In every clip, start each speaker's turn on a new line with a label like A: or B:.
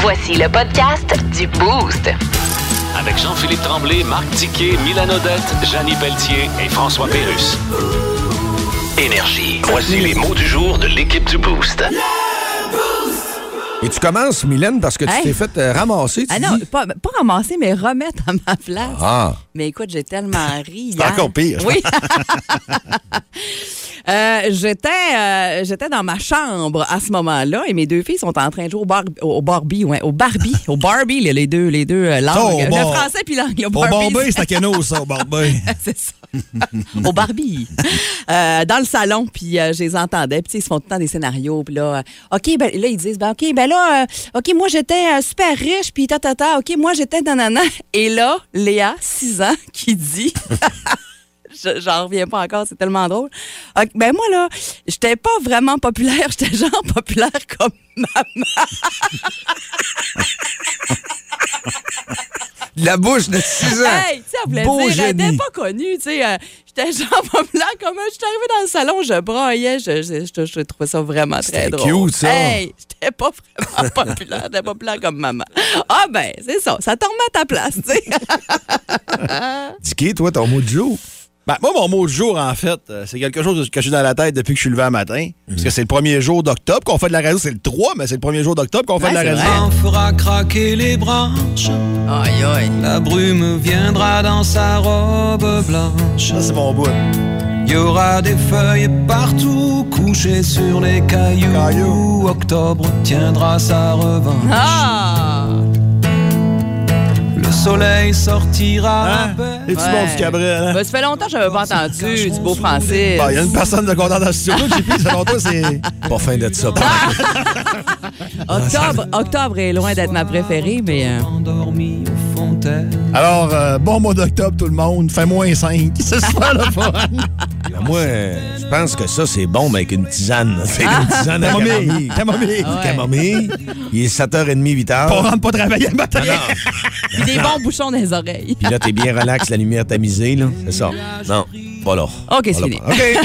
A: Voici le podcast du Boost.
B: Avec Jean-Philippe Tremblay, Marc Tiquet, Milan Odette, Janine Pelletier et François Pérus. Énergie. Voici les mots du jour de l'équipe du Boost.
C: Et tu commences, Mylène, parce que tu
D: Hey.
C: t'es fait euh, ramasser. Tu
D: Ah non,
C: dis.
D: pas, pas ramasser, mais remettre à ma place.
C: Ah.
D: Mais écoute, j'ai tellement ri.
E: C'est
D: hier.
E: encore pire.
D: Oui. Euh, j'étais, euh, j'étais dans ma chambre à ce moment-là et mes deux filles sont en train de jouer au, bar- au Barbie, ouais, au Barbie, au Barbie, les- les deux, les deux euh, langues,
E: au
D: le
E: bar-
D: français puis l'anglais. Au
E: Au
D: Barbie,
E: Bombay, c'est à Keno, ça, au Bombay.
D: c'est ça. Au Barbie. Euh, dans le salon, puis euh, je les entendais. Puis tu sais, ils se font tout le temps des scénarios. Puis là, euh, OK, ben là, ils disent, ben OK, ben là, euh, OK, moi, j'étais euh, super riche, puis ta, ta, ta, OK, moi, j'étais nanana. Et là, Léa, 6 ans, qui dit... Je- J'en reviens pas encore, c'est tellement drôle. OK, ben moi, là, j'étais pas vraiment populaire, j'étais genre populaire comme maman.
C: La bouche de 6 ans.
D: Hey, tu sais, elle voulait
C: Beau
D: dire, elle
C: génie.
D: était pas connue, tu sais. euh, J'étais genre pas blanc comme un. J'étais arrivée dans le salon, je braillais, je, je, je- je trouvais ça vraiment très
C: C'était
D: drôle.
C: cute, ça.
D: Hey, j'étais pas vraiment populaire, j'étais pas blanc comme maman. Ah ben, c'est ça, ça tombe à ta place, tu sais.
C: Dicky, toi, ton mot du jour.
E: Ben, moi, mon mot du jour, en fait, euh, c'est quelque chose que j'ai dans la tête depuis que je suis levé un matin. Parce que c'est le premier jour d'octobre qu'on fait de la radio. C'est le 3, mais c'est le premier jour d'octobre qu'on fait
D: Ouais,
E: de la
D: c'est
E: radio.
F: On fera craquer les branches,
D: Aïe, aïe.
F: la brume viendra dans sa robe blanche.
E: Ça, c'est mon bout.
F: Il y aura des feuilles partout couchées sur les cailloux.
E: Cailloux.
F: Octobre tiendra sa revanche.
D: Ah!
F: Le soleil sortira. à
E: Hein?
F: peine.
E: Les petits bons du cabaret, hein?
D: Ben, ça fait longtemps que j'avais pas entendu du beau français.
E: Bon, Il y a une personne de content dans ce studio, JP, selon toi, c'est.
C: Pas fin d'être ça.
D: Octobre, octobre est loin d'être ma préférée, mais. euh,
F: Endormi aux fontaines.
E: Alors, euh, bon mois d'octobre, tout le monde. Fait moins 5. C'est super le fun.
C: Ben, moi, euh, je pense que ça, c'est bon, mais avec une tisane. C'est une tisane à
E: Camomille.
C: camomille.
E: Camomille.
D: Ah ouais.
C: Camomille. Il est 7h30, 8h.
E: On rentre pas travailler le matin.
C: Non, non.
D: puis des bons bouchons dans les oreilles.
C: Puis là, t'es bien relax, la lumière tamisée, là. C'est ça. Non, pas là.
D: Ok,
C: Pas
D: c'est
C: là,
D: fini.
C: pas là. OK,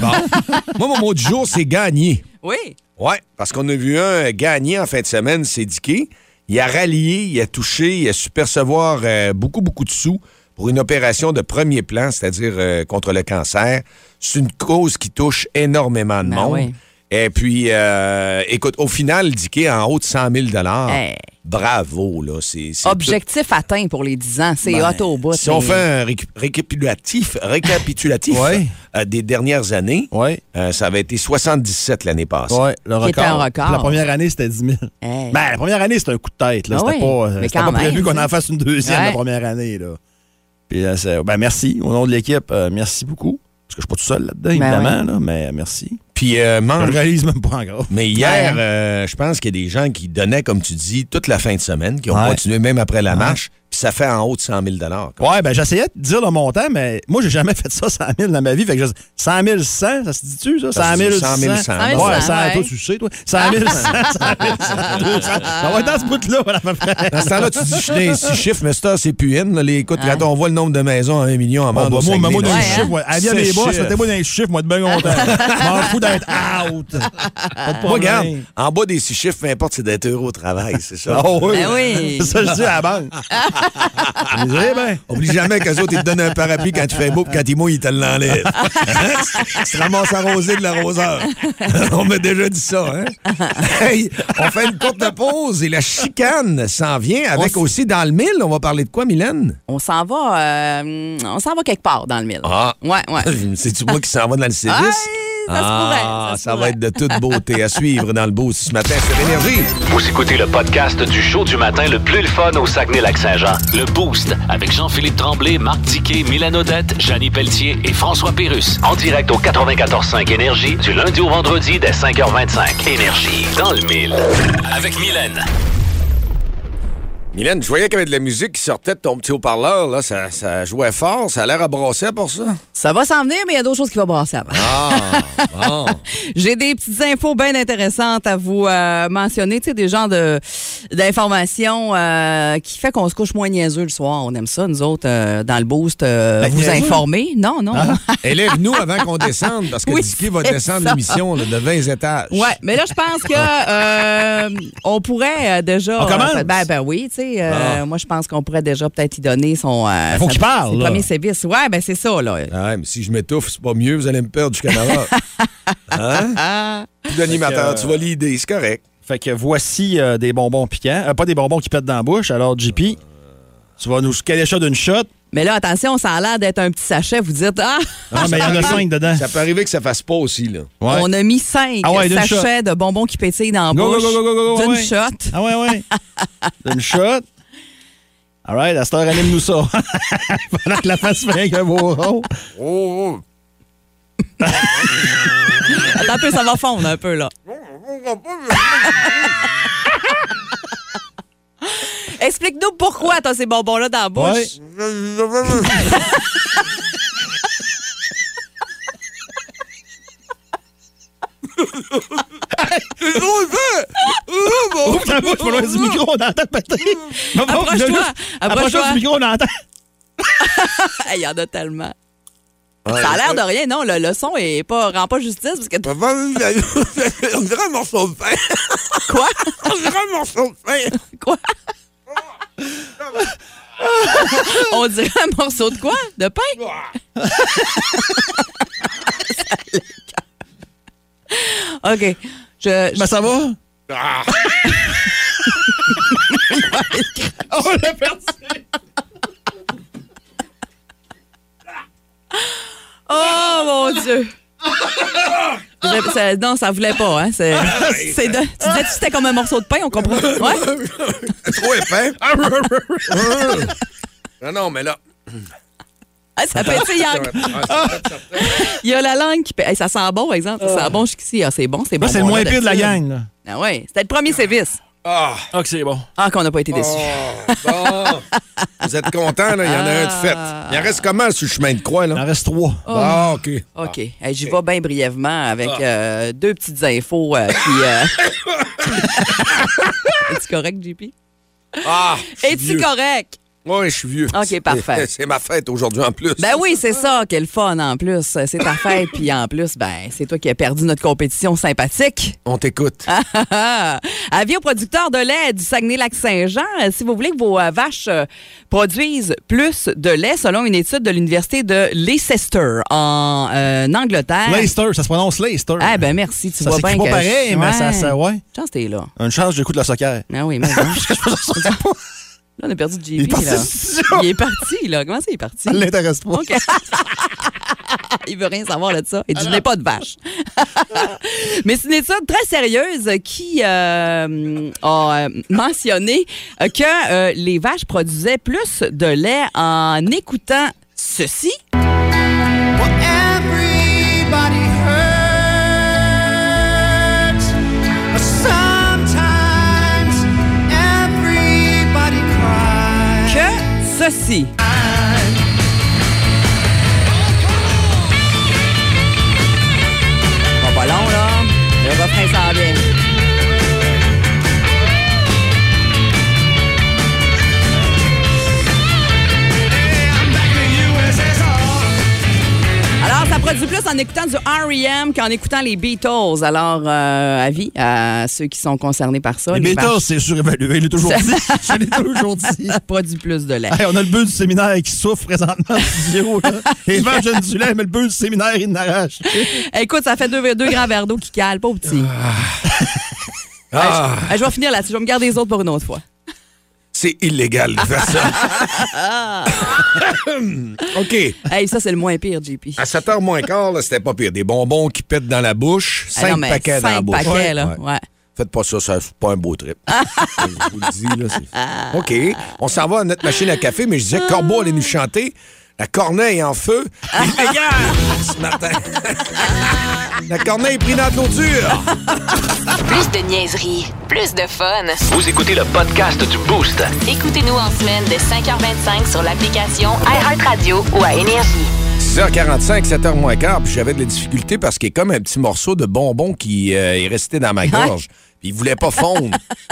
C: bon. Moi, mon mot du jour, c'est gagner.
D: Oui.
C: Oui, parce qu'on a vu un gagner en fin de semaine, c'est Dicky. Il a rallié, il a touché, il a su percevoir euh, beaucoup, beaucoup de sous pour une opération de premier plan, c'est-à-dire euh, contre le cancer. C'est une cause qui touche énormément de
D: Ben
C: monde.
D: oui.
C: Et puis, euh, écoute, au final, Dicky, en haut de 100 000
D: Hey.
C: bravo, là. C'est, c'est
D: Objectif atteint pour les 10 ans. C'est
C: Ben,
D: hot au bout.
C: Si on
D: mais-
C: fait un récu- récapitulatif, récapitulatif
E: Ouais.
C: euh, des dernières années,
E: Ouais.
C: euh, ça avait été 77 l'année passée.
E: Ouais,
D: Qui
E: le record.
D: était un record.
E: La première année, c'était 10 000.
D: Hey.
E: Ben, la première année, c'était un coup de tête. Là.
D: Ah
E: c'était
D: oui,
E: pas, euh,
D: mais
E: c'était
D: quand
E: pas prévu
D: même,
E: qu'on
D: tu
E: en
D: sais.
E: fasse une deuxième la
D: Ouais.
E: première année. Là. Puis, euh, c'est- ben, merci. Au nom de l'équipe, euh, merci beaucoup. Parce que je suis pas tout seul là-dedans,
D: Ben
E: évidemment, là, mais euh, merci.
C: Puis, euh,
E: Je le
C: mange-
E: réalise même pas encore.
C: Mais hier,
D: Ouais.
C: euh, je pense qu'il y a des gens qui donnaient, comme tu dis, toute la fin de semaine, qui ont
E: Ouais.
C: continué même après la marche, puis ça fait en haut de 100 000 comme-
E: Ouais, ben j'essayais de dire le montant, mais moi, j'ai jamais fait ça 100 000 dans ma vie. Fait que je- 100 000 100, ça se dit-tu, ça?
C: Ça
E: 100
C: se
E: 000
C: dit 100 000 100
D: 000 100
E: Ouais, 100
D: ouais.
E: toi, tu le sais, toi. 100 000 100, 100 000 200. Ça va être dans ce bout-là, à peu près.
C: Dans ce temps-là, tu dis, je suis dans les six chiffres, mais ça, c'est plus in. là. Les, écoute, quand on voit le nombre de maisons à 1 million à
E: Bon,
C: vendre
E: bah,
C: au
E: moi,
C: Saguenay,
E: moi,
C: là,
E: dans les
D: Ouais,
E: chiffres,
D: hein?
E: ouais. Elle vient
C: Ces
E: des boss,
C: chiffres.
E: mettez-moi dans les chiffres, moi, de bien content. Je M'en fous d'être out. Pas de
C: Moi, regarde,
E: problème.
C: en bas des six chiffres, peu importe, c'est d'être heureux au travail, c'est ça.
E: Ah oui.
D: Ben oui.
E: Ça, je dis à la banque. Je dis, eh ben,
C: Oublie jamais qu'eux autres, ils te donnent un parapluie quand tu fais beau, puis quand il mouille, ils te l'enlèvent. Ils se ramassent arrosés de l'arroseur. on m'a déjà dit ça, hein? Hey, on fait une courte pause et la chicane s'en vient avec
D: On s-
C: aussi dans le mille. On va parler de quoi, Mylène?
D: On s'en va, euh, on s'en va quelque part dans le mille.
C: Ah.
D: Ouais, ouais.
C: C'est-tu moi qui s'en va dans le service?
D: Aïe, ça se pourrait, ça se
C: Ah, va
D: pourrait.
C: être de toute beauté à suivre dans le beau ce matin sur Énergie.
B: Vous écoutez le podcast du show du matin le plus le fun au Saguenay-Lac-Saint-Jean. Le Boost avec Jean-Philippe Tremblay, Marc Tiquet, Milan Odette, Janine Pelletier et François Pérus. En direct au 94.5 Énergie du lundi au vendredi dès 5h25. Énergie dans le mille. Avec Mylène.
C: Mylène, je voyais qu'il y avait de la musique qui sortait de ton petit haut-parleur. Là, ça, ça jouait fort, ça a l'air à brasser pour ça.
D: Ça va s'en venir, mais il y a d'autres choses qui vont brasser avant.
C: Ah, bon.
D: J'ai des petites infos bien intéressantes à vous euh, mentionner, tu sais, des genres de- d'informations euh, qui fait qu'on se couche moins niaiseux le soir. On aime ça, nous autres, euh, dans le boost, euh,
E: Ben,
D: vous
E: niaiseux?
D: informer. Non, non.
C: Ah. Élève-nous avant qu'on descende, parce que
D: Oui,
C: Dicky va
D: c'est
C: descendre
D: ça.
C: l'émission là, de 20 étages.
D: Ouais, mais là, je pense que euh, on pourrait euh, déjà.
E: On commence? Ah.
D: euh, ben, ben oui, tu sais. euh, Moi, je pense qu'on pourrait déjà peut-être y donner son. euh,
E: Ben, Faut
D: sa-
E: qu'il parle,
D: Ses
E: là.
D: premiers sévices. Ouais, ben c'est ça, là.
C: Ah ouais, mais si je m'étouffe, c'est pas mieux, vous allez me perdre jusqu'à ma mort. Hein? Puis l'animateur, tu vas l'idée, c'est correct.
E: Fait que voici euh, des bonbons piquants. Euh, pas des bonbons qui pètent dans la bouche. Alors, JP, tu vas nous caler ça d'une shot.
D: Mais là, attention, ça a l'air d'être un petit sachet. Vous dites, ah,
E: Ah, mais il y en a cinq dedans.
C: Ça peut arriver que ça fasse pas aussi, là.
E: Ouais.
D: on a mis cinq
E: Ah ouais, d'une
D: sachets de bonbons qui pétillent dans la
E: Go, go,
D: bouche.
E: go, go, go, go,
D: d'une
E: ouais.
D: shot.
E: Ah ouais, ouais. D'une shot. All right, à cette heure, anime-nous ça. Pendant que la face fait avec un beau rond.
C: Oh,
D: Attends un peu, ça va fondre un peu, là. Explique-nous pourquoi t'as ces bonbons-là dans la bouche.
E: Ouais. Ouvre ta bouche, pas loin du micro, on entend péter. Va voir,
D: Approche-toi,
E: je veux juste-
D: approche-toi.
E: Approche-toi du micro, on entend.
D: Hey, Il y en a tellement. Ça a l'air de rien, non? Le, le son est pas, rend pas justice parce que
C: On dirait un morceau de pain.
D: quoi?
C: On dirait un morceau de pain.
D: Quoi? On dirait un morceau de quoi? De pain? Ça l'égare. OK. Je, je-
E: Ben, ça va? on l'a perdu.
D: Oh mon Dieu! Je- ça- non, ça voulait pas, hein? C'est,
C: Ah,
D: c'est de- tu disais que c'était comme un morceau de pain, on comprend. Ouais?
C: Trop épais. non, non, mais là.
D: Ah, ça pétille en-
C: Ah, c'est-
D: Il y a la langue qui. pé- Hey, ça sent bon, par exemple. Ça sent bon jusqu'ici. Ah, c'est bon, c'est bon.
E: Là, c'est le moins pire de la gang. Là.
D: Ah ouais, c'était le premier sévice.
C: Ah,
E: Ok, c'est bon.
D: Ah, qu'on n'a pas
C: Oh.
D: été déçus.
C: bon. Vous êtes contents, là? Il y en a un de fait. Il en reste comment sur le chemin de croix,
E: Il en
C: là?
E: reste trois.
C: Ah, OK.
D: OK. Hey, J'y vais bien brièvement avec euh, deux petites infos euh, qui. euh, Es-tu correct, JP?
C: Ah, je suis
D: Es-tu
C: vieux.
D: correct?
C: Oui, je suis vieux.
D: OK,
C: C'est-
D: parfait.
C: C'est ma fête aujourd'hui en plus.
D: Ben oui, c'est ça, quel fun en plus. C'est ta fête, puis en plus, ben, c'est toi qui as perdu notre compétition sympathique.
C: On t'écoute.
D: Ah! Avis aux producteurs de lait du Saguenay-Lac-Saint-Jean, euh, si vous voulez que vos euh, vaches euh, produisent plus de lait, selon une étude de l'Université de Leicester en euh, en Angleterre.
E: Leicester, ça se prononce Leicester.
D: Ah ben merci, tu
E: Ça
D: vois bien
E: s'écrit
D: que...
E: pas pareil, mais ça,
D: Ouais.
E: ça, ouais.
D: Chance, t'es là.
E: Une chance, j'écoute le soccer.
D: Ah oui, mais bon. là, on a perdu
E: Il est
D: JP,
E: parti
D: là.
E: du studio.
D: Il est parti, là. Comment ça, il est parti?
E: Ça l'intéresse pas.
D: OK. il veut rien savoir là de ça. Il dit, je n'ai pas de vache. Mais c'est une étude très sérieuse qui euh, a euh, mentionné euh, que euh, les vaches produisaient plus de lait en écoutant ceci. Que ceci. Bon, pas long, là. Le refrain s'en vient. Alors, ça produit plus en écoutant du R.E.M. qu'en écoutant les Beatles. Alors, euh, avis à ceux qui sont concernés par ça.
E: Les Beatles,
D: vaches,
E: c'est surévalué. Il est toujours dit. Je l'ai toujours dit.
D: ça produit plus de lait.
E: Hey, on a le bœuf du séminaire qui souffre présentement du studio. Là. Les vaches donnent du lait, mais le bœuf du séminaire, il n'arrache.
D: Eh, Écoute, ça fait deux, deux grands verres d'eau qui calent, pas au petit.
C: Ah,
D: Ah, je vais finir là-dessus. Je vais me garder les autres pour une autre fois.
C: c'est illégal de faire ça. OK.
D: Hey, ça, c'est le moins pire, JP.
E: Ah,
C: À 7 h moins quart, là, c'était pas pire. Des bonbons qui pètent dans la bouche,
D: Ah,
C: 5
D: non, mais
C: paquets dans la
D: cinq
C: bouche.
D: paquets,
C: Ouais,
D: là.
C: ouais.
D: ouais.
C: Faites pas ça, ça c'est pas un beau trip. je vous le dis, là. c'est- OK. On s'en va à notre machine à café, mais je disais, Corbeau allait nous chanter. La corneille en feu. Il dégage ce matin. La corneille est prise dans la clôture.
A: Plus de niaiserie, plus de fun.
B: Vous écoutez le podcast du Boost.
A: Écoutez-nous en semaine de 5h25 sur l'application iHeartRadio ou à Énergie.
C: 6h45, 7h moins quart, puis j'avais de la difficulté parce qu'il y a comme un petit morceau de bonbon qui euh, est resté dans ma gorge. Puis il voulait pas fondre.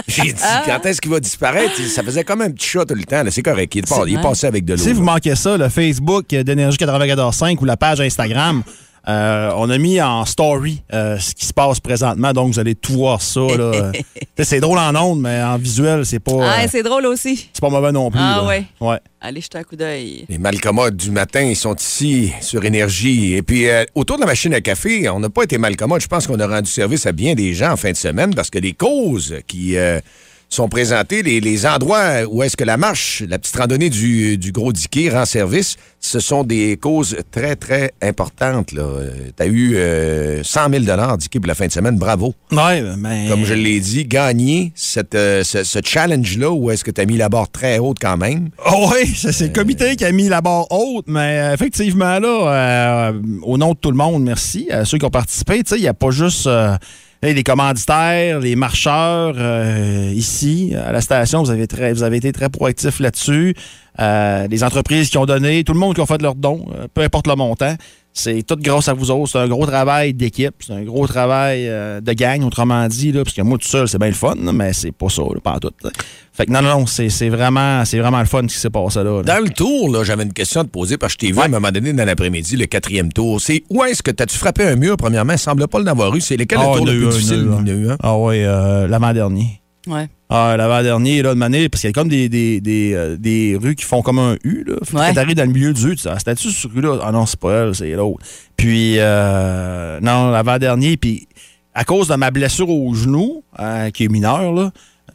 C: J'ai dit, quand est-ce qu'il va disparaître? Ça faisait comme un petit chat tout le temps. là. C'est correct. Il est, pas- il est
D: vrai.
C: passé avec de l'eau.
E: Si vous
C: là.
E: manquez ça, le Facebook euh, d'Énergie 94.5 ou la page Instagram, euh, on a mis en story euh, ce qui se passe présentement, donc vous allez tout voir ça. là. Euh, c'est drôle en ondes, mais en visuel, c'est pas, euh,
D: Ah, c'est drôle aussi.
E: c'est pas mauvais non plus.
D: Ah
E: là.
D: ouais.
E: ouais.
D: Allez jeter un coup d'œil.
C: Les malcommodes du matin, ils sont ici sur Énergie. Et puis, euh, autour de la machine à café, on n'a pas été malcommodes. Je pense qu'on a rendu service à bien des gens en fin de semaine parce que les causes qui euh, sont présentées, les, les endroits où est-ce que la marche, la petite randonnée du, du Gros Diquet rend service, ce sont des causes très, très importantes. là. Euh, T'as eu euh, 100 000 Diquet pour la fin de semaine. Bravo.
E: Ouais, mais.
C: Comme je l'ai dit, gagner cette, euh, ce, ce challenge-là où est-ce que tu as mis la barre très haute quand même.
E: Oh oui, ça, c'est le comité qui a mis la barre haute, mais euh, effectivement, là, euh, au nom de tout le monde, merci à ceux qui ont participé. Tu sais, il n'y a pas juste euh, là, les commanditaires, les marcheurs euh, ici à la station. Vous avez, très, vous avez été très proactifs là-dessus. Euh, les entreprises qui ont donné, tout le monde qui a fait leurs dons, euh, peu importe le montant. C'est tout grâce à vous autres. C'est un gros travail d'équipe. C'est un gros travail euh, de gang, autrement dit. Là, parce que moi, tout seul, c'est bien le fun, là, mais c'est pas ça, là, pas en tout. là. Fait que non, non, non, c'est c'est vraiment, c'est vraiment le fun ce qui s'est passé là. là.
C: Dans le tour, là, j'avais une question à te poser parce que je t'ai vu à un moment donné dans l'après-midi, le quatrième tour. C'est où est-ce que t'as-tu frappé un mur, premièrement? Il semble pas l'avoir eu. C'est lequel
E: Ah,
C: le tour
E: il y
C: le plus
E: en a eu un,
C: difficile?
E: il y en a eu un.
C: Il y en a eu un.
E: Ah oui, euh, l'avant-dernier.
D: Ouais.
E: Ah, l'avant-dernier, là, de manière, parce qu'il y a comme des, des, des, euh, des rues qui font comme un U, là. Fait que
D: Ouais.
E: quand t'arrives dans le milieu du U, tu dis, ah, c'était-tu sur rue-là? Ah non, c'est pas elle, c'est l'autre. Puis, euh, non, l'avant-dernier, puis à cause de ma blessure au genou, euh, qui est mineure, là,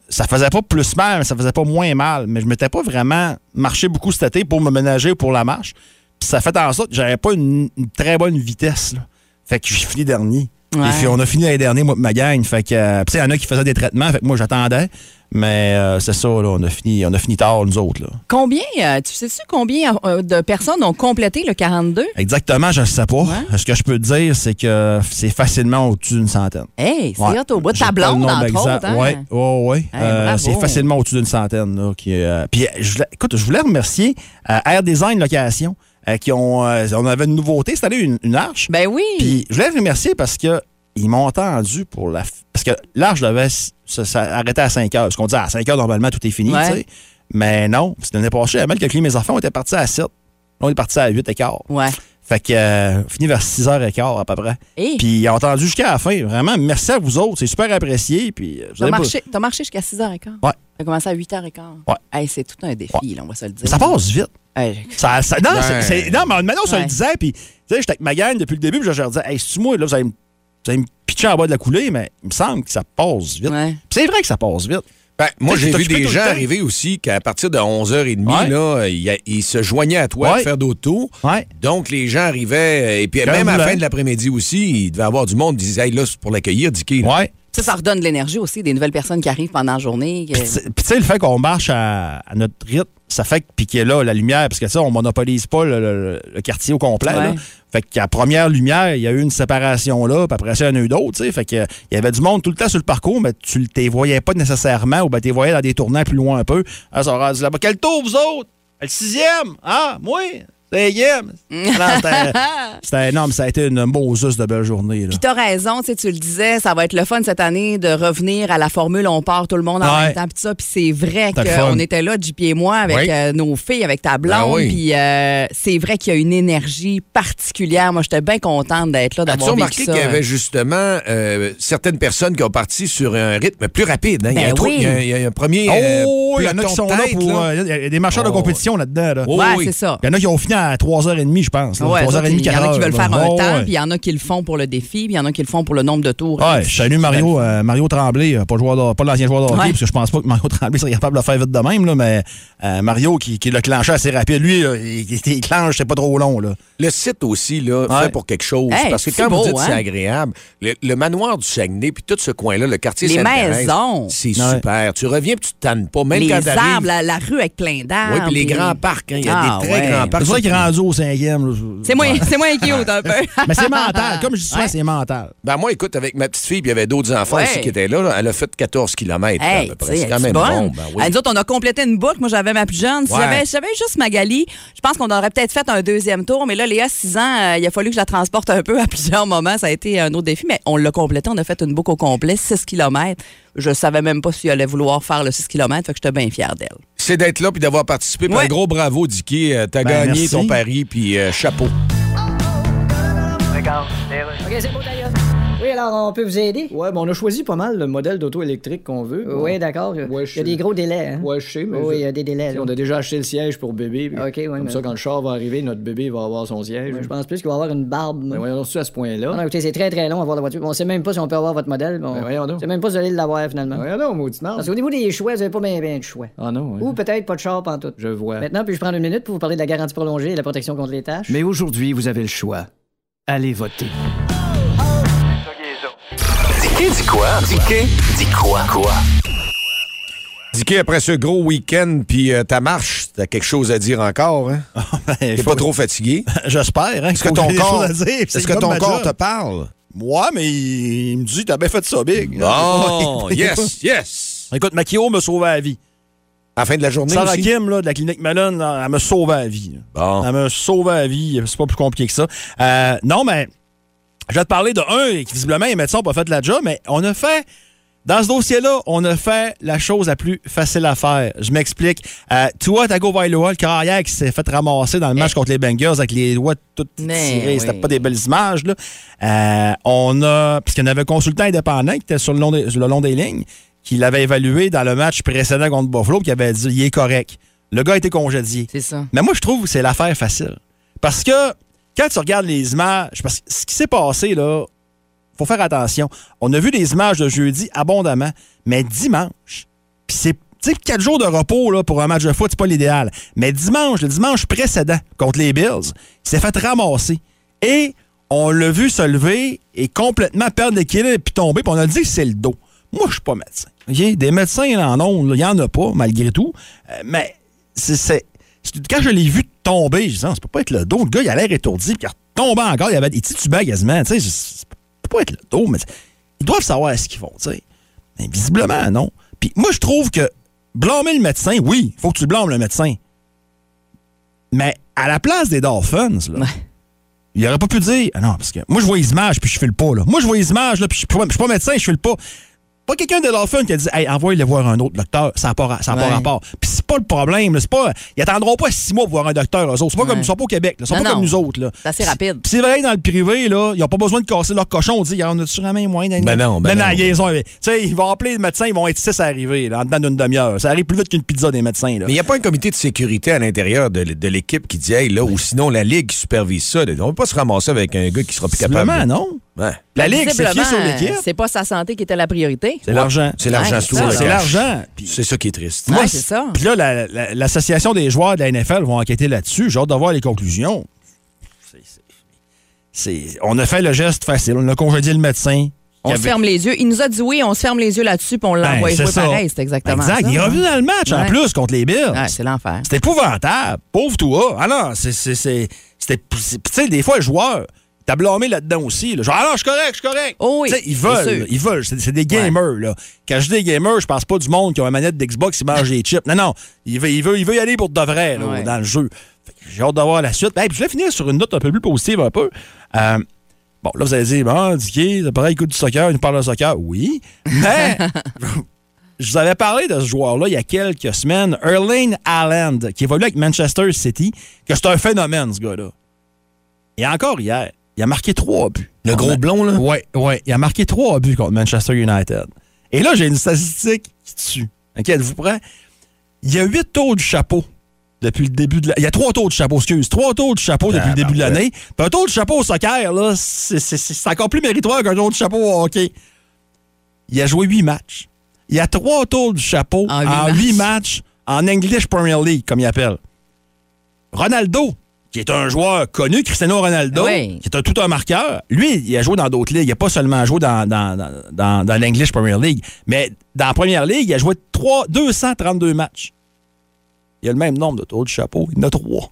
E: ça faisait pas plus mal, mais ça faisait pas moins mal. Mais je m'étais pas vraiment marché beaucoup cet été pour me ménager pour la marche. Puis ça fait en sorte que j'avais pas une, une très bonne vitesse, là. Fait que j'ai fini dernier.
D: Ouais.
E: Et puis, on a fini l'année dernière, moi, pis ma gang. Fait que, euh, pis tu sais, il y en a qui faisaient des traitements, fait que moi, j'attendais. Mais euh, c'est ça, là, on a fini, on a fini tard, nous autres, là.
D: Combien, euh, tu sais-tu combien euh, de personnes ont complété le 42?
E: Exactement, je ne sais pas.
D: Ouais.
E: Ce que je peux te dire, c'est que c'est facilement au-dessus d'une centaine.
D: Hey, c'est
E: Ouais.
D: hot au bout de
E: J'ai
D: ta
E: pas le
D: blonde,
E: nombre
D: entre
E: exact.
D: autres. Hein?
E: Ouais, ouais, ouais. Euh,
D: bravo.
E: c'est facilement au-dessus d'une centaine. Là, qui, euh, puis, euh, je voulais- écoute, je voulais remercier euh, Air Design Location, euh, qui ont, euh, on avait une nouveauté, c'était allé une, une arche.
D: Ben oui.
E: Puis je voulais les remercier parce que ils m'ont entendu pour la. f- Parce que l'arche devait s- se- ça arrêter à 5 heures. Parce qu'on dit à 5 heures, normalement, tout est fini.
D: Ouais.
E: tu sais. Mais non, c'était l'année passée. À mal que mes enfants, on était partis à 7. On est partis à 8 et quart.
D: ouais.
E: Fait que, euh, on finit vers 6 h et quart à peu près.
D: Hey.
E: Puis ils ont entendu jusqu'à la fin. Vraiment, merci à vous autres. C'est super apprécié. Puis euh, vous
D: T'as
E: avez pas-
D: marché, t'as marché jusqu'à 6h15.
E: Ouais.
D: T'as commencé à 8h15.
E: Ouais.
D: Hey, c'est tout un défi, là, on va se le dire.
E: Ça passe vite.
D: Hey,
E: Ça, ça- non,
C: Ouais.
E: c'est- c'est- non, mais maintenant, on se
D: Ouais.
E: le disait, puis, tu sais, j'étais avec ma gang depuis le début, puis je leur disais, hey, c'est-tu moi, là, vous allez, me- vous allez me pitcher en bas de la coulée, mais il me semble que ça passe vite.
D: Ouais.
E: Puis C'est vrai que ça passe vite.
C: Ben, moi,
E: T'es-
C: j'ai
E: t'es
C: vu
E: occupé
C: des
E: tout le
C: gens
E: temps.
C: arriver aussi qu'à partir de 11h30,
E: Ouais.
C: là, il y a- ils se joignaient à toi
E: Ouais.
C: à faire d'autres tours.
E: Ouais.
C: Donc, les gens arrivaient. euh, Et puis,
E: Quand
C: même à la
E: voulant.
C: fin de l'après-midi aussi, il devait y avoir du monde. Ils disaient, hey, là, c'est pour l'accueillir, Dicky. là.
E: Ouais.
D: Ça, ça redonne de l'énergie aussi, des nouvelles personnes qui arrivent pendant la journée. Euh, que-
E: Puis, tu- puis, tu sais, le fait qu'on marche à, à notre rythme, ça fait que, puis qu'il y a là la lumière, parce que, ça, on monopolise pas le, le- le quartier au complet,
D: Ouais.
E: là. Fait qu'à première lumière, il y a eu une séparation là, puis après ça, il y en a eu d'autres, tu sais. Fait que, euh, il y avait du monde tout le temps sur le parcours, mais tu ne les voyais pas nécessairement, ou bien tu les voyais dans des tournants plus loin un peu. Ah, ça aura dit là-bas, quel tour, vous autres? Le sixième? Ah, moi? Cinquième? Non, c'était- c'était énorme, ça a été une Moses de belle journée, là.
D: Puis t'as raison, tu sais, tu le disais, ça va être le fun cette année de revenir à la formule on part tout le monde en
E: Ouais.
D: même temps puis ça, puis c'est vrai
E: T'as le fun.
D: qu'on était là, JP et moi, avec
C: Oui.
D: euh, nos filles, avec ta blonde,
C: Ben oui.
D: puis euh, c'est vrai qu'il y a une énergie particulière. Moi, j'étais bien contente d'être là,
C: As-tu
D: d'avoir vécu
C: remarqué
D: ça.
C: qu'il y
E: hein.
C: avait justement euh, certaines personnes qui ont parti sur un rythme plus rapide? hein? il, y a
D: Ben
C: un trou-
D: oui.
C: il y a un- il y a un premier. euh,
E: Oh, il y en a
C: peloton
E: qui sont
C: de
E: là
C: tête,
E: pour. euh, Il y a- il y a des marcheurs de
C: Oh.
E: compétition là-dedans. Là.
C: Oh,
D: Ouais,
C: oui.
D: c'est ça.
E: Il y en a qui ont fini à 3h30, je pense. là.
D: Ouais,
E: 3h30,
D: il y en a qui
E: 4h,
D: veulent faire
E: là.
D: un
E: Ouais,
D: temps,
E: ouais.
D: puis il y en a qui le font pour le défi, puis il y en a qui le font pour le nombre de tours.
E: Ouais, je salue Mario, euh, Mario Tremblay, euh, pas, le joueur de- pas l'ancien joueur de hockey,
D: Ouais.
E: parce que je pense pas que Mario Tremblay serait capable de le faire vite de même, là, mais euh, Mario qui, qui est le clenché assez rapide, lui, là, il, il, il clenche, c'est pas trop long. Là.
C: Le site aussi, là,
E: Ouais.
C: fait pour quelque chose.
D: Hey,
C: parce que
D: c'est
C: quand
D: beau,
C: vous dites
D: hein?
C: c'est agréable, le, le manoir du Saguenay, puis tout ce coin-là, le quartier
D: Les
C: Sainte-Thérèse,
D: maisons.
C: c'est
E: Ouais.
C: super. Tu reviens puis tu te tannes pas. Même
D: les
C: quand t'arrives-
D: arbres, la, la rue avec plein d'arbres.
C: Oui, puis les
D: puis-
C: grands parcs. hein, Il y a
D: Ah,
C: des très
D: ouais.
C: grands parcs.
E: C'est vrai
C: surtout
E: qu'il rendu au cinquième. là, je-
D: C'est moins, c'est moins cute un peu.
E: Mais c'est mental. Comme je dis souvent, c'est mental.
C: Ben moi, écoute, avec ma petite fille, puis il y avait d'autres enfants
D: Ouais.
C: aussi qui étaient là, là, elle a fait 14 km
D: Hey,
C: à peu
D: tu
C: près.
D: sais,
C: C'est quand
D: elle est
C: même
D: bonne.
C: bon. Ben oui.
D: Elle, nous autres, on a complété une boucle. Moi, j'avais ma plus jeune. Si
C: Ouais.
D: j'avais, si j'avais juste Magali, je pense qu'on aurait peut-être fait un deuxième tour. Mais là, Léa, 6 ans, euh, il a fallu que je la transporte un peu à plusieurs moments. Ça a été un autre défi, mais on l'a complété. On a fait une boucle au complet, 6 km. Je savais même pas si elle allait vouloir faire le 6 km. Fait que j'étais bien fière d'elle.
C: C'est d'être là puis d'avoir participé. Puis
D: Ouais.
C: Un gros bravo, Dicky. Euh, T'as
E: Ben,
C: gagné
E: merci.
C: ton pari, puis euh, chapeau.
G: OK, c'est bon, d'ailleurs. Oui, alors, on peut vous aider?
H: Ouais, ben on a choisi pas mal le modèle d'auto électrique qu'on veut. Bon.
G: Oui, d'accord.
H: Ouais,
G: il
H: je
G: y a des
H: sais.
G: gros délais. Hein?
H: Ouais, je sais, mais.
G: oui,
H: je-
G: il y a des délais.
H: T'sais,
G: là.
H: On a déjà acheté le siège pour bébé. puis
G: Ok, ouais,
H: Comme
G: mais-
H: ça, quand le char va arriver, notre bébé va avoir son siège.
G: Ouais, Je pense plus qu'il va avoir une barbe. moi.
H: Mais voyons, on est à ce
G: Ah non,
H: point-là.
G: écoutez, c'est très très long à voir la voiture. On sait même pas si on peut avoir votre modèle. On...
H: Ben voyons donc. Ben,
G: sait même pas si vous allez l'avoir finalement.
H: Voyons donc, maudit marde.
G: Parce qu'au niveau des choix, vous avez pas bien bien de choix.
H: Ah non, ouais.
G: Ou peut-être pas de char pantoute.
H: Je vois.
G: Maintenant, puis-je prendre une minute pour vous parler de la garantie prolongée et la protection contre les tâches?
H: Mais aujourd'hui, vous avez le choix. Allez voter.
B: Dicky dit quoi? Dicky dit quoi? Quoi?
C: Dicky, après ce gros week-end, puis euh, ta marche, t'as quelque chose à dire encore, hein? T'es pas trop fatigué?
E: J'espère. Hein,
C: Est-ce que ton corps, est-ce
E: Est-ce
C: que ton corps te parle?
E: Moi, mais il, il me dit, t'as bien fait ça, Big.
C: Bon,
E: Ouais.
C: yes, yes!
E: Écoute, Makio me sauvé la vie.
C: À la fin de la journée
E: Sarah
C: aussi?
E: Kim, là, de la clinique Malone, là, elle me sauvé la vie.
C: Bon.
E: Elle me sauvé la vie. C'est pas plus compliqué que ça. Euh, non, mais je vais te parler de un qui, visiblement, les médecins n'ont pas fait la job, mais on a fait. Dans ce dossier-là, on a fait la chose la plus facile à faire. Je m'explique. Euh, Tua Tagovailoa, le carrière qui s'est fait ramasser dans le match contre les Bengals avec les doigts tout
D: Eh. Mais
E: tirés. C'était
D: oui.
E: pas des belles images. Là. Euh, on a... Parce qu'il y en avait un consultant indépendant qui était sur le long des, sur le long des lignes, qui l'avait évalué dans le match précédent contre Buffalo, qui avait dit « Il est correct ». Le gars a été congédié.
D: C'est ça.
E: Mais moi, je trouve que c'est l'affaire facile. Parce que quand tu regardes les images, parce que ce qui s'est passé, là, faut faire attention. On a vu les images de jeudi abondamment, mais dimanche, puis c'est. Tu sais, quatre jours de repos là, pour un match de foot, c'est pas l'idéal. Mais dimanche, le dimanche précédent contre les Bills, il s'est fait ramasser. Et on l'a vu se lever et complètement perdre l'équilibre puis tomber. Puis on a dit que c'est le dos. Moi, je suis pas médecin. OK? Des médecins, il en ont. là. Il y en a pas, malgré tout. Euh, mais c'est- c'est. c'est- Quand je l'ai vu tomber, je disais, ça peut pas être le dos. Le gars, il a l'air étourdi, puis il retombait encore. Il avait des titubait quasiment. Tu sais, c'est- c'est- peut pas être le dos, mais ils doivent savoir ce qu'ils font, tu sais. Mais visiblement, non. Puis moi, je trouve que blâmer le médecin, oui, faut que tu blâmes le médecin. Mais à la place des Dolphins, là,
D: Ouais.
E: il aurait pas pu dire, ah non, parce que moi, je vois les images, puis je fais le pas, là. Moi, je vois les images, là, puis je suis pas- je suis pas médecin, je fais le pas. Pas quelqu'un de Dolphins qui a dit, hey, envoie-le voir un autre docteur, ça n'a pas, ra- ça a pas
D: Ouais.
E: rapport. Puis c'est pas le problème, là, c'est pas, ils attendront pas six mois pour voir un docteur, eux autres. C'est pas comme,
D: Ouais.
E: ils sont pas au Québec, là, ils sont
D: Non,
E: pas
D: non.
E: comme nous autres, là.
D: C'est assez rapide.
E: Puis c'est vrai, dans le privé, là, ils n'ont pas besoin de casser leur cochon. On dit, on a-tu vraiment moyen d'agir?
C: Ben non, ben
E: non.
C: non.
E: ils ont- tu sais, ils vont appeler les médecins, ils vont être six à arriver, là, en dedans d'une demi-heure. Ça arrive plus vite qu'une pizza des médecins, là.
C: Mais il n'y a pas un comité de sécurité à l'intérieur de, l- de l'équipe qui dit, hey, là, ou sinon la Ligue qui supervise ça. On ne peut pas se ramasser avec un gars qui sera plus capable.
E: Visiblement,
C: de-
E: non?
C: Ouais.
E: La Ligue, c'est
D: Visiblement, euh,
E: qui sur l'équipe?
D: C'est pas sa santé qui était la priorité.
E: C'est l'argent.
C: C'est l'argent,
D: Ouais,
C: c'est tout.
D: c'est
C: le
D: ça.
C: cash.
E: C'est l'argent. Puis-
C: C'est ça qui est triste.
D: Ouais,
E: Moi,
D: c'est ça.
E: Puis là, la- la- l'association des joueurs de la NFL vont enquêter là-dessus. J'ai hâte de voir les conclusions. C'est- c'est- c'est- on a fait le geste facile. On a congédié le médecin.
D: On
E: Il
D: se
E: avait-
D: ferme les yeux. Il nous a dit oui, on se ferme les yeux là-dessus, puis on
E: Ben,
D: l'envoie
E: c'est
D: jouer
E: ça.
D: pareil. C'est exactement
E: Exact.
D: ça.
E: Il est revenu dans le match, en
D: Ouais.
E: plus, contre les Bills.
D: Ouais, c'est l'enfer.
E: C'est épouvantable. Pauvre toi. Ah non, c'est. c'est- c'est- C'était. c'est- Tu sais, des fois, le joueur, t'as blâmé là-dedans aussi. là. Genre, ah non, je suis correct, je suis correct.
D: Oh oui,
E: Tu sais, ils
D: c'est
E: veulent.
D: sûr.
E: là, Ils veulent. C'est c'est des gamers, là. Quand je dis des gamers, je pense pas du monde qui a une manette d'Xbox, ils mangent des chips. Non, non. Il veut, il veut, il veut y aller pour de vrai, là,
D: Ouais.
E: dans le jeu. Fait que J'ai hâte d'avoir la suite. Ben, puis je vais finir sur une note un peu plus positive, un peu. Euh, Bon, là, vous allez dire, bon, Dicky, c'est pareil, il écoute du soccer, il nous parle de soccer. Oui, mais je vous avais parlé de ce joueur-là il y a quelques semaines, Erling Haaland, qui évolue avec Manchester City, que c'est un phénomène, ce gars-là. Et encore hier, il a marqué trois buts.
C: Le gros blond, là?
E: Oui, oui. Il a marqué trois buts contre Manchester United. Et là, j'ai une statistique qui tue. OK, êtes-vous prêts? Il y a huit tours du chapeau depuis le début de l'année. Il y a trois tours de chapeau, excuse. Trois tours de chapeau depuis le début de l'année. Puis un tour de chapeau au soccer, là, c'est- c'est c'est encore plus méritoire qu'un tour de chapeau au hockey. Il a joué huit matchs. Il y a trois tours du chapeau
D: En huit
E: en
D: matchs.
E: huit matchs en English Premier League, comme il appelle. Ronaldo, qui est un joueur connu, Cristiano Ronaldo,
D: Oui.
E: qui est un- tout un marqueur, lui, il a joué dans d'autres ligues. Il n'a pas seulement joué dans, dans, dans, dans- dans l'English Premier League, mais dans la Première Ligue, il a joué trois- 232 matchs. Il a le même nombre de tours de chapeau. Il en a trois.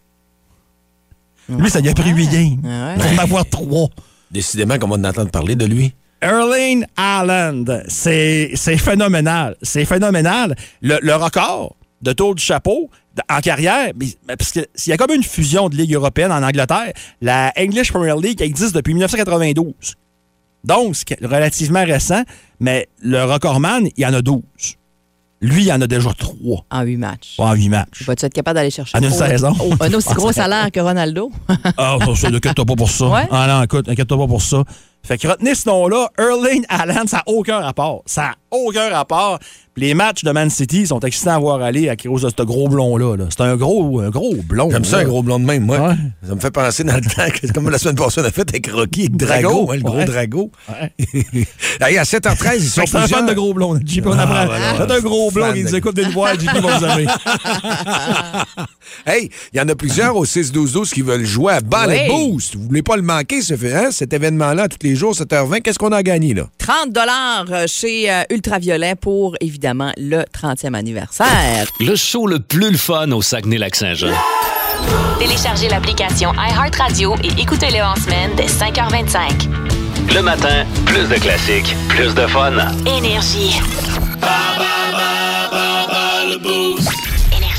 E: Lui, ça lui a pris huit games.
D: Ah ouais.
E: Il va en avoir trois.
C: Décidément qu'on va en entendre parler de lui.
E: Erling Haaland, c'est c'est phénoménal. C'est phénoménal. Le, le record de tour du chapeau d- en carrière, mais- mais parce qu'il y a comme une fusion de ligues européennes en Angleterre. La English Premier League existe depuis 1992. Donc, c'est que- relativement récent, mais le recordman, il y en a 12. Lui, il y en a déjà 3
D: En huit matchs.
E: en 8 matchs.
D: Vas-tu être capable d'aller chercher
E: En une
D: au-
E: saison.
D: au- un
C: Ah,
D: aussi gros salaire que Ronaldo?
E: Ah, ça, ça, inquiète-toi pas pour ça.
D: Ouais.
E: Ah non, écoute, inquiète-toi pas pour ça. Fait que retenez ce nom-là, Erling Haaland, ça n'a aucun rapport. Ça n'a aucun rapport. Puis les matchs de Man City sont excitants à voir aller à cause de ce gros blond-là. là. C'est un gros, un gros blond.
C: J'aime ça,
E: là.
C: un gros blond de même, moi.
E: Ouais.
C: Ça me fait penser dans le temps, que, comme la semaine passée, on a fait avec Rocky et Drago,
E: Drago,
C: hein, le gros
E: ouais.
C: Drago. Hey, à 7h13, ils sont
E: Fait que C'est un fan
C: plusieurs.
E: de gros blond. JP, on apprend.
C: voilà.
E: C'est un gros blond
C: Fan
E: qui
C: de-
E: nous écoute des voir, JP va vous aimer.
C: Hey, il y en a plusieurs au 6-12-12 qui veulent jouer à Ball et
D: Oui.
C: Boost. Vous voulez pas le manquer, ce, hein, cet événement-là, tous les jours, 7h20. Qu'est-ce qu'on a gagné, là?
D: 30 dollars chez euh, Ultraviolet pour, évidemment, le 30e anniversaire.
B: Le show le plus le fun au Saguenay-Lac-Saint-Jean.
A: Téléchargez l'application iHeartRadio et écoutez-le en semaine dès 5h25.
B: Le matin, plus de classiques, plus de fun.
A: Énergie.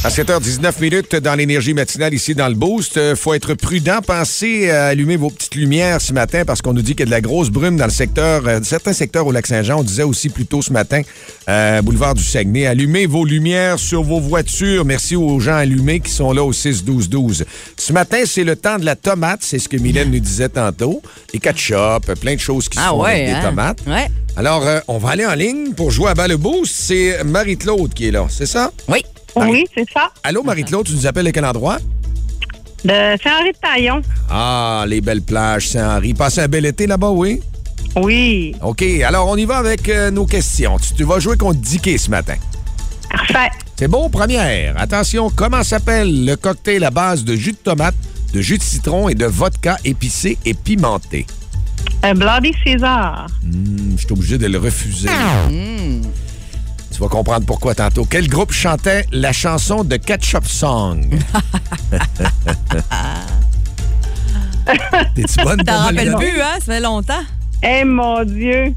C: À 7h19 minutes dans l'énergie matinale ici dans le Boost, Euh, faut être prudent. Pensez à allumer vos petites lumières ce matin parce qu'on nous dit qu'il y a de la grosse brume dans le secteur, euh, certains secteurs au Lac-Saint-Jean. On disait aussi plus tôt ce matin, euh, boulevard du Saguenay, allumez vos lumières sur vos voitures. Merci aux gens allumés qui sont là au 6-12-12. Ce matin, c'est le temps de la tomate. C'est ce que Mylène nous disait tantôt. Les ketchup, plein de choses qui se
D: Ah
C: font
D: ouais,
C: avec des
D: hein?
C: tomates.
D: Ouais.
C: Alors, euh, on va aller en ligne pour jouer à Balle Boost. C'est Marie-Claude qui est là, c'est ça?
D: Oui.
I: Oui, c'est ça.
C: Allô, Marie-Claude, tu nous appelles de quel endroit?
I: De Saint-Henri de Taillon.
C: Ah, les belles plages, Saint-Henri. Passez un bel été là-bas, oui?
I: Oui.
C: OK, alors on y va avec euh, nos questions. Tu, tu vas jouer contre Dicky ce matin.
I: Parfait.
C: C'est bon, première. Attention, comment s'appelle le cocktail à base de jus de tomate, de jus de citron et de vodka épicé et pimenté?
I: Un Bloody César.
C: Hum, Je suis obligé de le refuser.
D: Hmm.
C: Tu vas comprendre pourquoi tantôt. Quel groupe chantait la chanson de Ketchup Song? T'es-tu bonne pour me
D: T'en
C: le
D: rappelles
C: donner?
D: plus, hein? Ça fait longtemps.
I: Eh mon Dieu.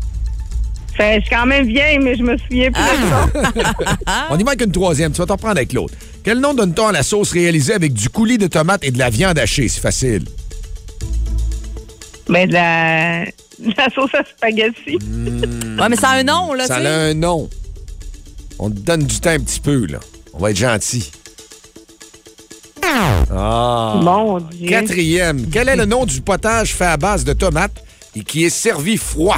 I: Fait, je suis quand même vieille, mais je me souviens plus de ça.
C: On y manque une troisième. Tu vas t'en prendre avec l'autre. Quel nom donne-t-on à la sauce réalisée avec du coulis de tomates et de la viande hachée? C'est facile.
I: Ben, de la, de la sauce à spaghetti.
D: Ouais, mais ça a un nom, là,
C: Mm. Ça
D: tu sais.
C: a un nom. On te donne du temps un petit peu, là. On va être gentil. Ah.
I: Mon Dieu.
C: Quatrième. Quel est le nom du potage fait à base de tomates et qui est servi froid?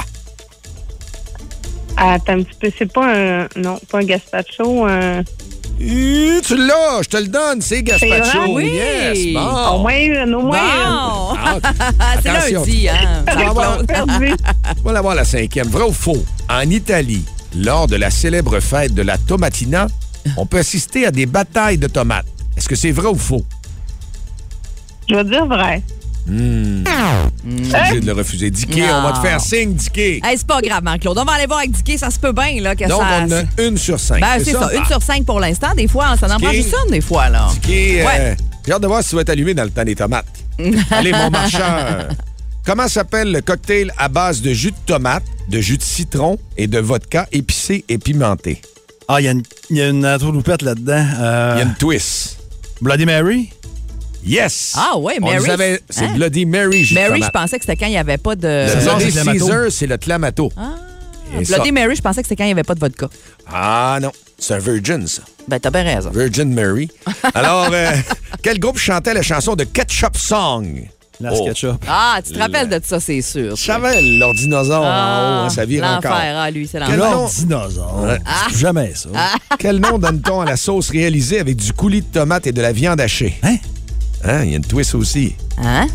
I: Attends un petit peu. C'est pas un. Non, pas un gazpacho. Un...
C: Hum, tu l'as, je te le donne, c'est
I: C'est
C: gazpacho.
I: vrai?
D: Oui.
C: Yes,
I: Au
C: bon.
I: moins une, au moins
D: Bon!
C: Ah,
D: C'est
C: attention.
D: lundi, hein?
C: tu vas avoir-
I: une. Perdu.
C: Voilà voir la cinquième. Vrai ou faux? En Italie, lors de la célèbre fête de la Tomatina, on peut assister à des batailles de tomates. Est-ce que c'est vrai ou faux?
I: Je vais dire vrai.
C: Je suis obligé de le refuser. Dicky, on va te faire signe, Dicky.
D: Hey, c'est pas grave, hein, Claude. On va aller voir avec Dicky, ça se peut bien, là, que
C: Donc,
D: Ah, ça.
C: on a une sur cinq.
D: Ben, c'est ça, une sur cinq pour l'instant. Des fois, hein, ça en prend juste une, des fois, là.
C: Dicky, euh,
D: Ouais.
C: j'ai hâte de voir si tu vas t'allumer dans le temps des tomates. Allez, mon marcheur. Comment s'appelle le cocktail à base de jus de tomate, de jus de citron et de vodka épicé et pimenté?
E: Ah, il y a une, il y a une trouloupette là-dedans. Euh,
C: Il y a une twist.
E: Bloody Mary?
C: Yes!
D: Ah ouais,
C: On
D: Mary.
C: les avait- C'est
D: Hein?
C: Bloody Mary, justement.
D: Mary, je pensais que c'était quand il n'y avait pas de.
C: Le
E: Ça sort,
C: Bloody
E: c'est le Clamato.
C: Caesar, c'est le Clamato. Ah,
D: Bloody Mary, je pensais que c'était quand il n'y avait pas de vodka.
C: ah non, c'est un Virgin, ça.
D: Ben, t'as bien raison.
C: Virgin Mary. Alors, euh, quel groupe chantait la chanson de Ketchup Song?
E: La
C: Oh.
E: SketchUp.
D: Ah, tu te rappelles de ça, c'est sûr.
C: Chavel, leur dinosaure en haut, hein, ça vire
D: l'enfer,
C: encore.
D: ah, lui, c'est
C: Quel
D: l'enfer.
C: nom,
E: Oh, Dinosaure.
D: Ah.
E: C'est Jamais ça.
C: quel nom donne-t-on à la sauce réalisée avec du coulis de tomate et de la viande hachée?
E: Hein?
C: Hein, il y a une twist aussi.
D: Hein?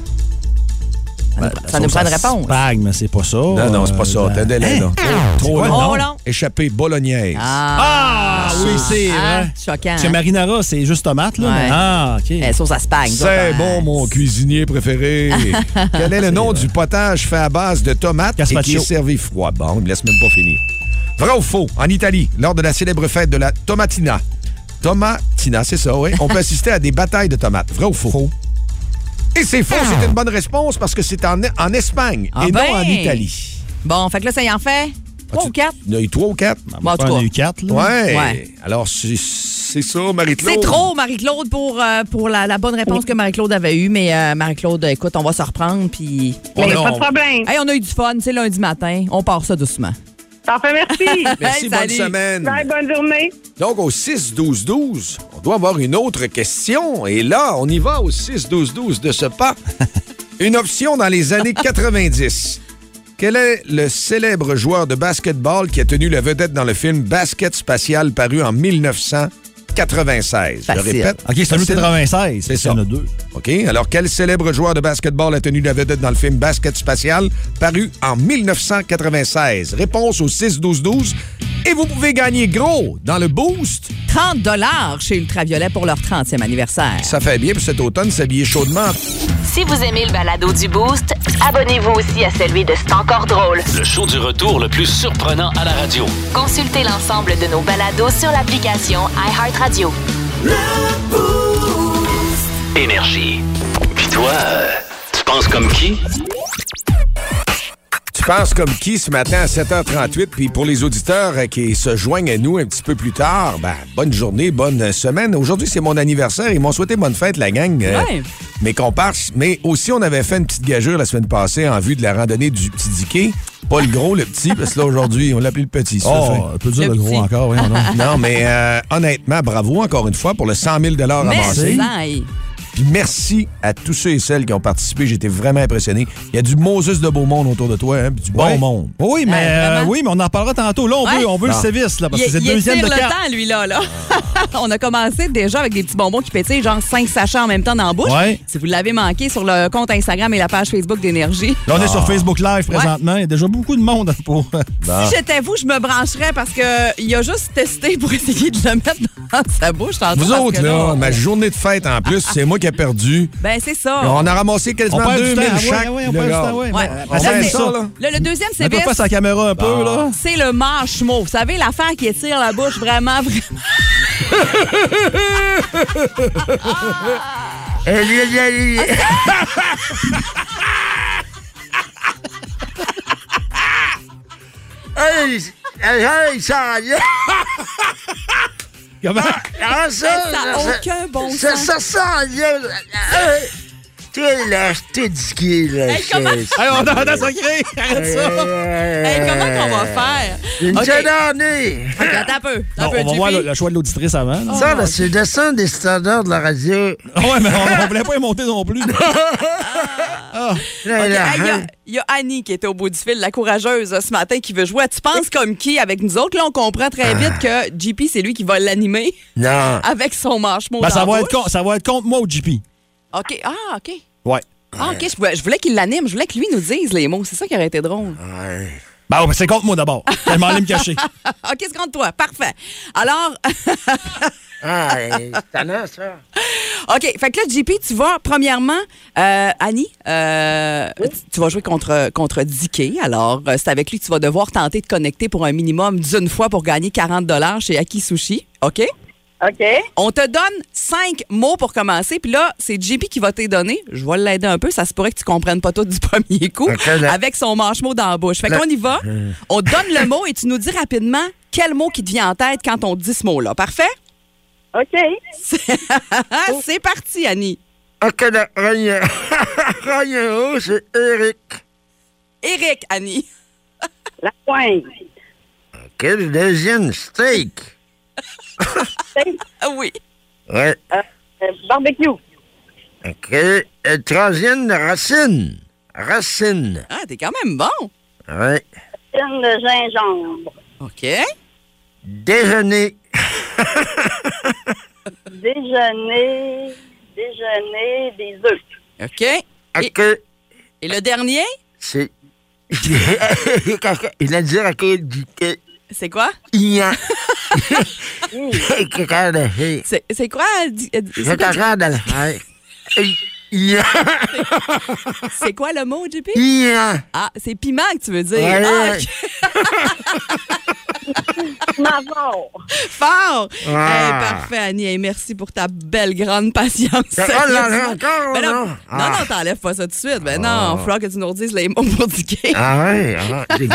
D: Ça
C: Ben,
D: nous- ça nous prend une réponse.
E: Spag, mais c'est pas ça.
C: Non, non, c'est pas ça.
E: Euh,
C: T'as un délai, là.
E: Trop
D: Oh,
E: long.
D: non.
C: Échappée bolognaise.
E: Ah, oui, c'est
D: Ah,
E: vrai.
D: choquant.
E: Parce que
D: hein?
E: marinara, c'est juste tomate, là.
D: Ouais.
E: mais- Ah, OK.
D: Eh, sauce à spag. nous
C: C'est
D: autres,
C: bon,
D: hein.
C: mon cuisinier préféré. Quel est le nom du potage fait à base de tomates et qui
E: Gazpacho.
C: est servi froid? Bon, il me laisse même pas finir. Vrai ou faux? En Italie, lors de la célèbre fête de la Tomatina. Tomatina, c'est ça, oui. On peut assister à des batailles de tomates. Vrai ou faux? Et c'est faux,
E: Ah!
C: c'est une bonne réponse parce que c'est en, en Espagne
D: Ah
C: et
D: ben!
C: non en Italie.
D: Bon, fait que là, ça y en fait trois ou quatre.
C: Il y en a eu trois ou quatre?
D: Bon, en tout cas.
E: On a eu quatre, là.
C: Ouais.
D: Ouais.
C: Alors, c'est c'est ça, Marie-Claude.
D: C'est trop, Marie-Claude, pour, euh, pour la, la bonne réponse que Marie-Claude avait eue. Mais euh, Marie-Claude, écoute, on va se reprendre. Puis.
C: Oh,
I: Mais
C: non.
I: Ben, pas de problème.
D: Hey, on a eu du fun. C'est lundi matin. On part ça doucement.
I: T'en fais merci.
C: Merci,
D: Hey,
C: bonne
D: salut.
C: semaine.
I: Bye, bonne journée.
C: Donc, au 6-12-12, on doit avoir une autre question. Et là, on y va au 6-12-12 de ce pas. Une option dans les années 90. Quel est le célèbre joueur de basketball qui a tenu la vedette dans le film Basket spatial paru en 1996? Je
D: Facile.
C: répète.
E: OK, c'est un
C: Facile.
E: 96.
C: C'est
E: Il y en
C: ça.
E: a deux.
C: OK. Alors, quel célèbre joueur de basketball a tenu la vedette dans le film Basket spatial paru en 1996? Réponse au 6-12-12. Et vous pouvez gagner gros dans le boost.
D: 30 chez Ultraviolet pour leur 30e anniversaire.
C: Ça fait bien pour cet automne s'habiller chaudement.
A: Si vous aimez le balado du Boost, abonnez-vous aussi à celui de C'est encore drôle.
B: Le show du retour le plus surprenant à la radio.
A: Consultez l'ensemble de nos balados sur l'application iHeartRadio.
B: Énergie. Puis toi, euh, tu penses comme qui?
C: Tu penses comme qui ce matin à 7h38? Puis pour les auditeurs euh, qui se joignent à nous un petit peu plus tard, ben, bonne journée, bonne semaine. Aujourd'hui, c'est mon anniversaire. Ils m'ont souhaité bonne fête, la gang. euh,
D: Ouais.
C: Mes comparses. Mais aussi, on avait fait une petite gageure la semaine passée en vue de la randonnée du petit Diquet. Pas le gros, le petit, parce que là, aujourd'hui, on l'appelait le petit. ça fait.
E: Oh, un peu dur
D: Le
E: le gros
D: petit.
E: encore. voyons donc.
C: Non, mais euh, honnêtement, bravo encore une fois pour le 100 000
D: Merci.
C: amassé. Puis merci à tous ceux et celles qui ont participé. J'étais vraiment impressionné. Il y a du Moses de beau monde autour de toi, hein, puis du bon
E: Ouais.
C: monde.
E: Oui, mais,
D: Ah, vraiment?
E: euh, oui, mais on en parlera tantôt. Là, on
D: Ouais.
E: veut, on veut
C: Non.
E: le sévice, là, Ah, parce que
D: il
E: c'est
D: il
E: le deuxième
D: étire
E: de
D: le
E: quatre.
D: temps, lui, là. là. On a commencé déjà avec des petits bonbons qui pétillent, genre cinq sachets en même temps dans la bouche.
E: Ouais.
D: Si vous l'avez manqué sur le compte Instagram et la page Facebook d'Énergie.
E: Là, on est sur Facebook Live présentement. Il y a déjà beaucoup de monde pour. euh, Ah.
D: Si j'étais vous, je me brancherais parce qu'il a juste testé pour essayer de le mettre dans sa bouche. tantôt,
C: Vous
D: parce
C: autres,
D: que
C: là,
D: on-
C: ma journée de fête en plus, c'est moi qui ai perdu.
D: Ben, c'est ça.
C: On a ramassé
E: Ah. On
C: quasiment
E: perd du
C: 2000
E: temps. Ah ouais,
C: chaque.
E: ah ouais,
C: le
E: on perd du
C: gars.
E: temps, ouais.
D: Ouais.
E: Ben,
D: Là,
C: ça,
D: c'est-
C: ça, là.
D: Là, le deuxième c'est
E: Mets-toi face à la caméra un peu, là.
D: c'est le marshmallow. Vous savez, l'affaire qui étire la bouche vraiment, vraiment.
E: Comment?
D: Ah, Ça n'a aucun bon sens. Ça, ça sent là. là, je t'ai dit
E: Hey, on a on a sacré! Arrête ça!
D: comment qu'on va faire? Une Attends un peu. attends un
E: Non,
D: peu,
E: on va
D: JP.
E: voir le, le choix de l'auditrice avant. là.
D: Ça, là,
F: c'est descendre des standards de la radio.
E: Ah ouais, mais on, on voulait pas y monter non plus.
D: OK, hey, Il y a- il y, a Annie qui était au bout du fil, la courageuse ce matin, qui veut jouer. à Tu penses comme qui avec nous autres? Là, on comprend très vite que JP, c'est lui qui va l'animer
C: Non.
D: avec son marshmallow.
E: Ben,
D: dans
E: ça,
D: la
E: va être
D: bouche.
E: con- ça va être contre moi au GP.
D: OK. Ah, OK.
E: Ouais.
D: Ah, OK. Je voulais, je voulais qu'il l'anime. Je voulais que lui nous dise les mots. C'est ça qui aurait été drôle.
E: Ben, ouais, mais c'est contre moi d'abord. Je m'en allais me cacher.
D: OK, c'est contre toi. Parfait. Alors, OK. Fait que là, JP, tu vas, premièrement, euh, Annie, euh, tu- tu vas jouer contre, contre Dicky. Alors, euh, c'est avec lui que tu vas devoir tenter de connecter pour un minimum d'une fois pour gagner 40 chez Aki Sushi. OK?
I: OK.
D: On te donne cinq mots pour commencer. Puis là, c'est JP qui va t'y donner. Je vais l'aider un peu. Ça se pourrait que tu comprennes pas tout du premier coup avec son manche-mot dans la bouche. Fait qu'on y va. On te donne le mot et tu nous dis rapidement quel mot qui te vient en tête quand on te dit ce mot-là. Parfait?
I: OK.
D: Ah, c'est parti, Annie. oh, Eric, Annie.
I: La pointe.
F: Quel deuxième steak?
D: Ah oui.
F: Ouais.
I: Euh, barbecue.
F: OK. Et troisième racine. Racine.
D: Ah, t'es quand même bon.
F: Ouais.
I: Une de gingembre.
D: OK.
F: Déjeuner.
I: Déjeuner. Déjeuner des œufs.
D: OK. Et,
F: Que
D: et le dernier,
F: c'est. Il a dit à quel du que-
D: c'est quoi?
F: il y a. Quelqu'un de fait.
D: C'est c'est quoi? euh, di- euh, C'est quoi,
F: Quelqu'un de fait. Il y a.
D: c'est quoi le mot, JP?
F: Il y a.
D: Ah, c'est piment que tu veux dire.
F: Ouais,
D: Ah,
F: ouais.
D: ok.
I: Ma mort.
D: Fort!
I: Ah.
D: Eh, parfait, Annie. Eh, merci pour ta belle grande patience.
I: Oh là là, encore,
D: Ben non,
I: non?
J: Oh
D: non,
I: Ah.
D: non, t'enlèves pas ça tout de suite. Ben
I: Ah.
D: non, il falloir que tu nous redises les mots pour Dicky.
I: Ah ouais, ah ouais.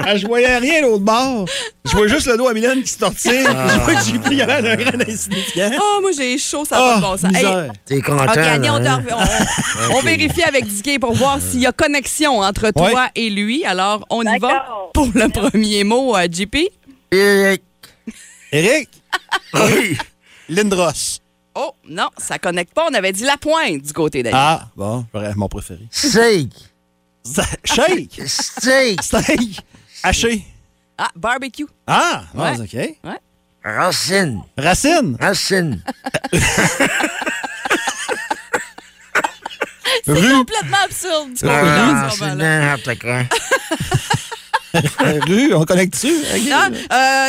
E: Ah, je voyais rien l'autre bord. Je voyais juste le dos à Mylène qui se tortille. Je vois que j'ai pris à un grand insignifiant.
D: Oh, moi, j'ai chaud, ça va
E: Ah,
D: de bon sens.
E: misère. T'es content,
D: OK,
E: là,
D: Annie, on, te
E: hein?
D: rev- on- on
E: Ok.
D: vérifie avec Dicky pour voir s'il y a connexion entre toi
E: Ouais.
D: et lui. Alors, on y va pour le premier mot, euh, JP.
E: Eric. Eric? Oui. Lindros.
D: Oh, non, ça connecte pas. On avait dit la pointe du côté d'Annie.
E: Ah, bon, bref, mon préféré.
D: Shake.
E: Shake.
D: Steak.
E: Steak. Haché.
D: Ah, barbecue.
E: Ah, bon,
D: Ouais.
E: OK.
D: Ouais.
E: Racine. Racine. Racine.
D: C'est
E: Rue.
D: complètement absurde. du
E: Ah,
D: compliment, ce
E: c'est
D: moment-là.
E: Euh, Rue, on connecte-tu? OK.
D: Ah,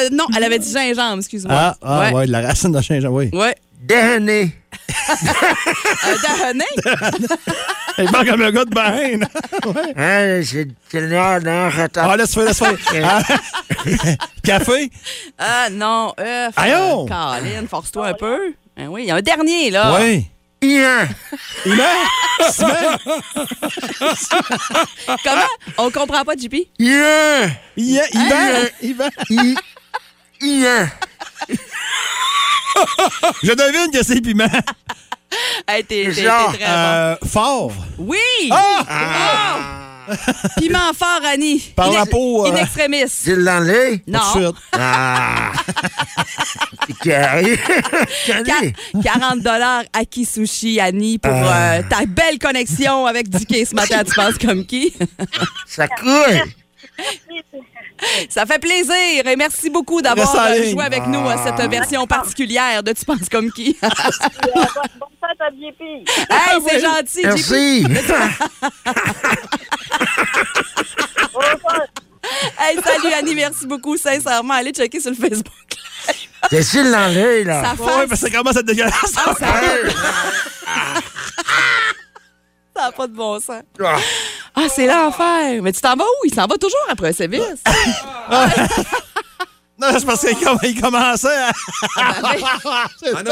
D: euh, non, elle avait dit gingembre, excuse-moi.
E: Ah, ah ouais.
D: ouais.
E: de la racine de change, oui.
D: Ouais.
E: Dernier.
D: Euh, Dahoney?
E: Il parle comme le gars de Bahreïn. ouais. Hein, c'est le Ah, laisse faire, laisse faire. Ah, Café?
D: Ah, non. Euh,
E: Allons!
D: Colin, force-toi un peu. Ben oui, il y a un dernier, là.
J: Ah.
E: Oui. E.
D: Ian.
E: Ian? Simon?
D: Comment? On comprend pas, JP?
E: Yeah! Yeah, Ivan! Ivan! Yeah! E. Je devine que c'est piment.
D: Hey, Ah, t'es t'es- t'es
J: Ah,
D: très
E: euh, fort.
D: bon. Oui!
E: Ah!
D: Oh! Piment fort, Annie.
E: Par
D: In-
E: la peau, euh,
D: In extremis.
E: Tu l'enlèves?
D: Non.
E: Tout de suite. Ah! Carré.
D: 40 dollars à Kisushi, Annie, pour
E: Ah.
D: euh, ta belle connexion avec Dicky ce matin. Tu penses comme qui? Ça coule! Ça fait plaisir et merci beaucoup d'avoir
I: Reste en
D: euh,
I: ligne.
D: joué avec nous à
I: Ah.
D: cette version particulière de Tu penses comme qui?
I: Bonne fête à Biépi.
D: hey,
E: Ah,
D: c'est gentil,
I: Merci.
D: JP. hey, salut Annie, merci beaucoup, sincèrement. Allez checker sur le Facebook.
E: Qu'est-ce qu'il l'enlève,
D: là? Sa face.
E: Ouais, parce que ça commence à être dégueulasse.
D: Ah, ça va. Ça n'a pas de bon sens. Ah, c'est l'enfer. Mais tu t'en vas où? Il s'en va toujours après un sévice.
E: non, c'est parce qu'il comm- il commençait à...
C: Ah non, c'est-
E: Ah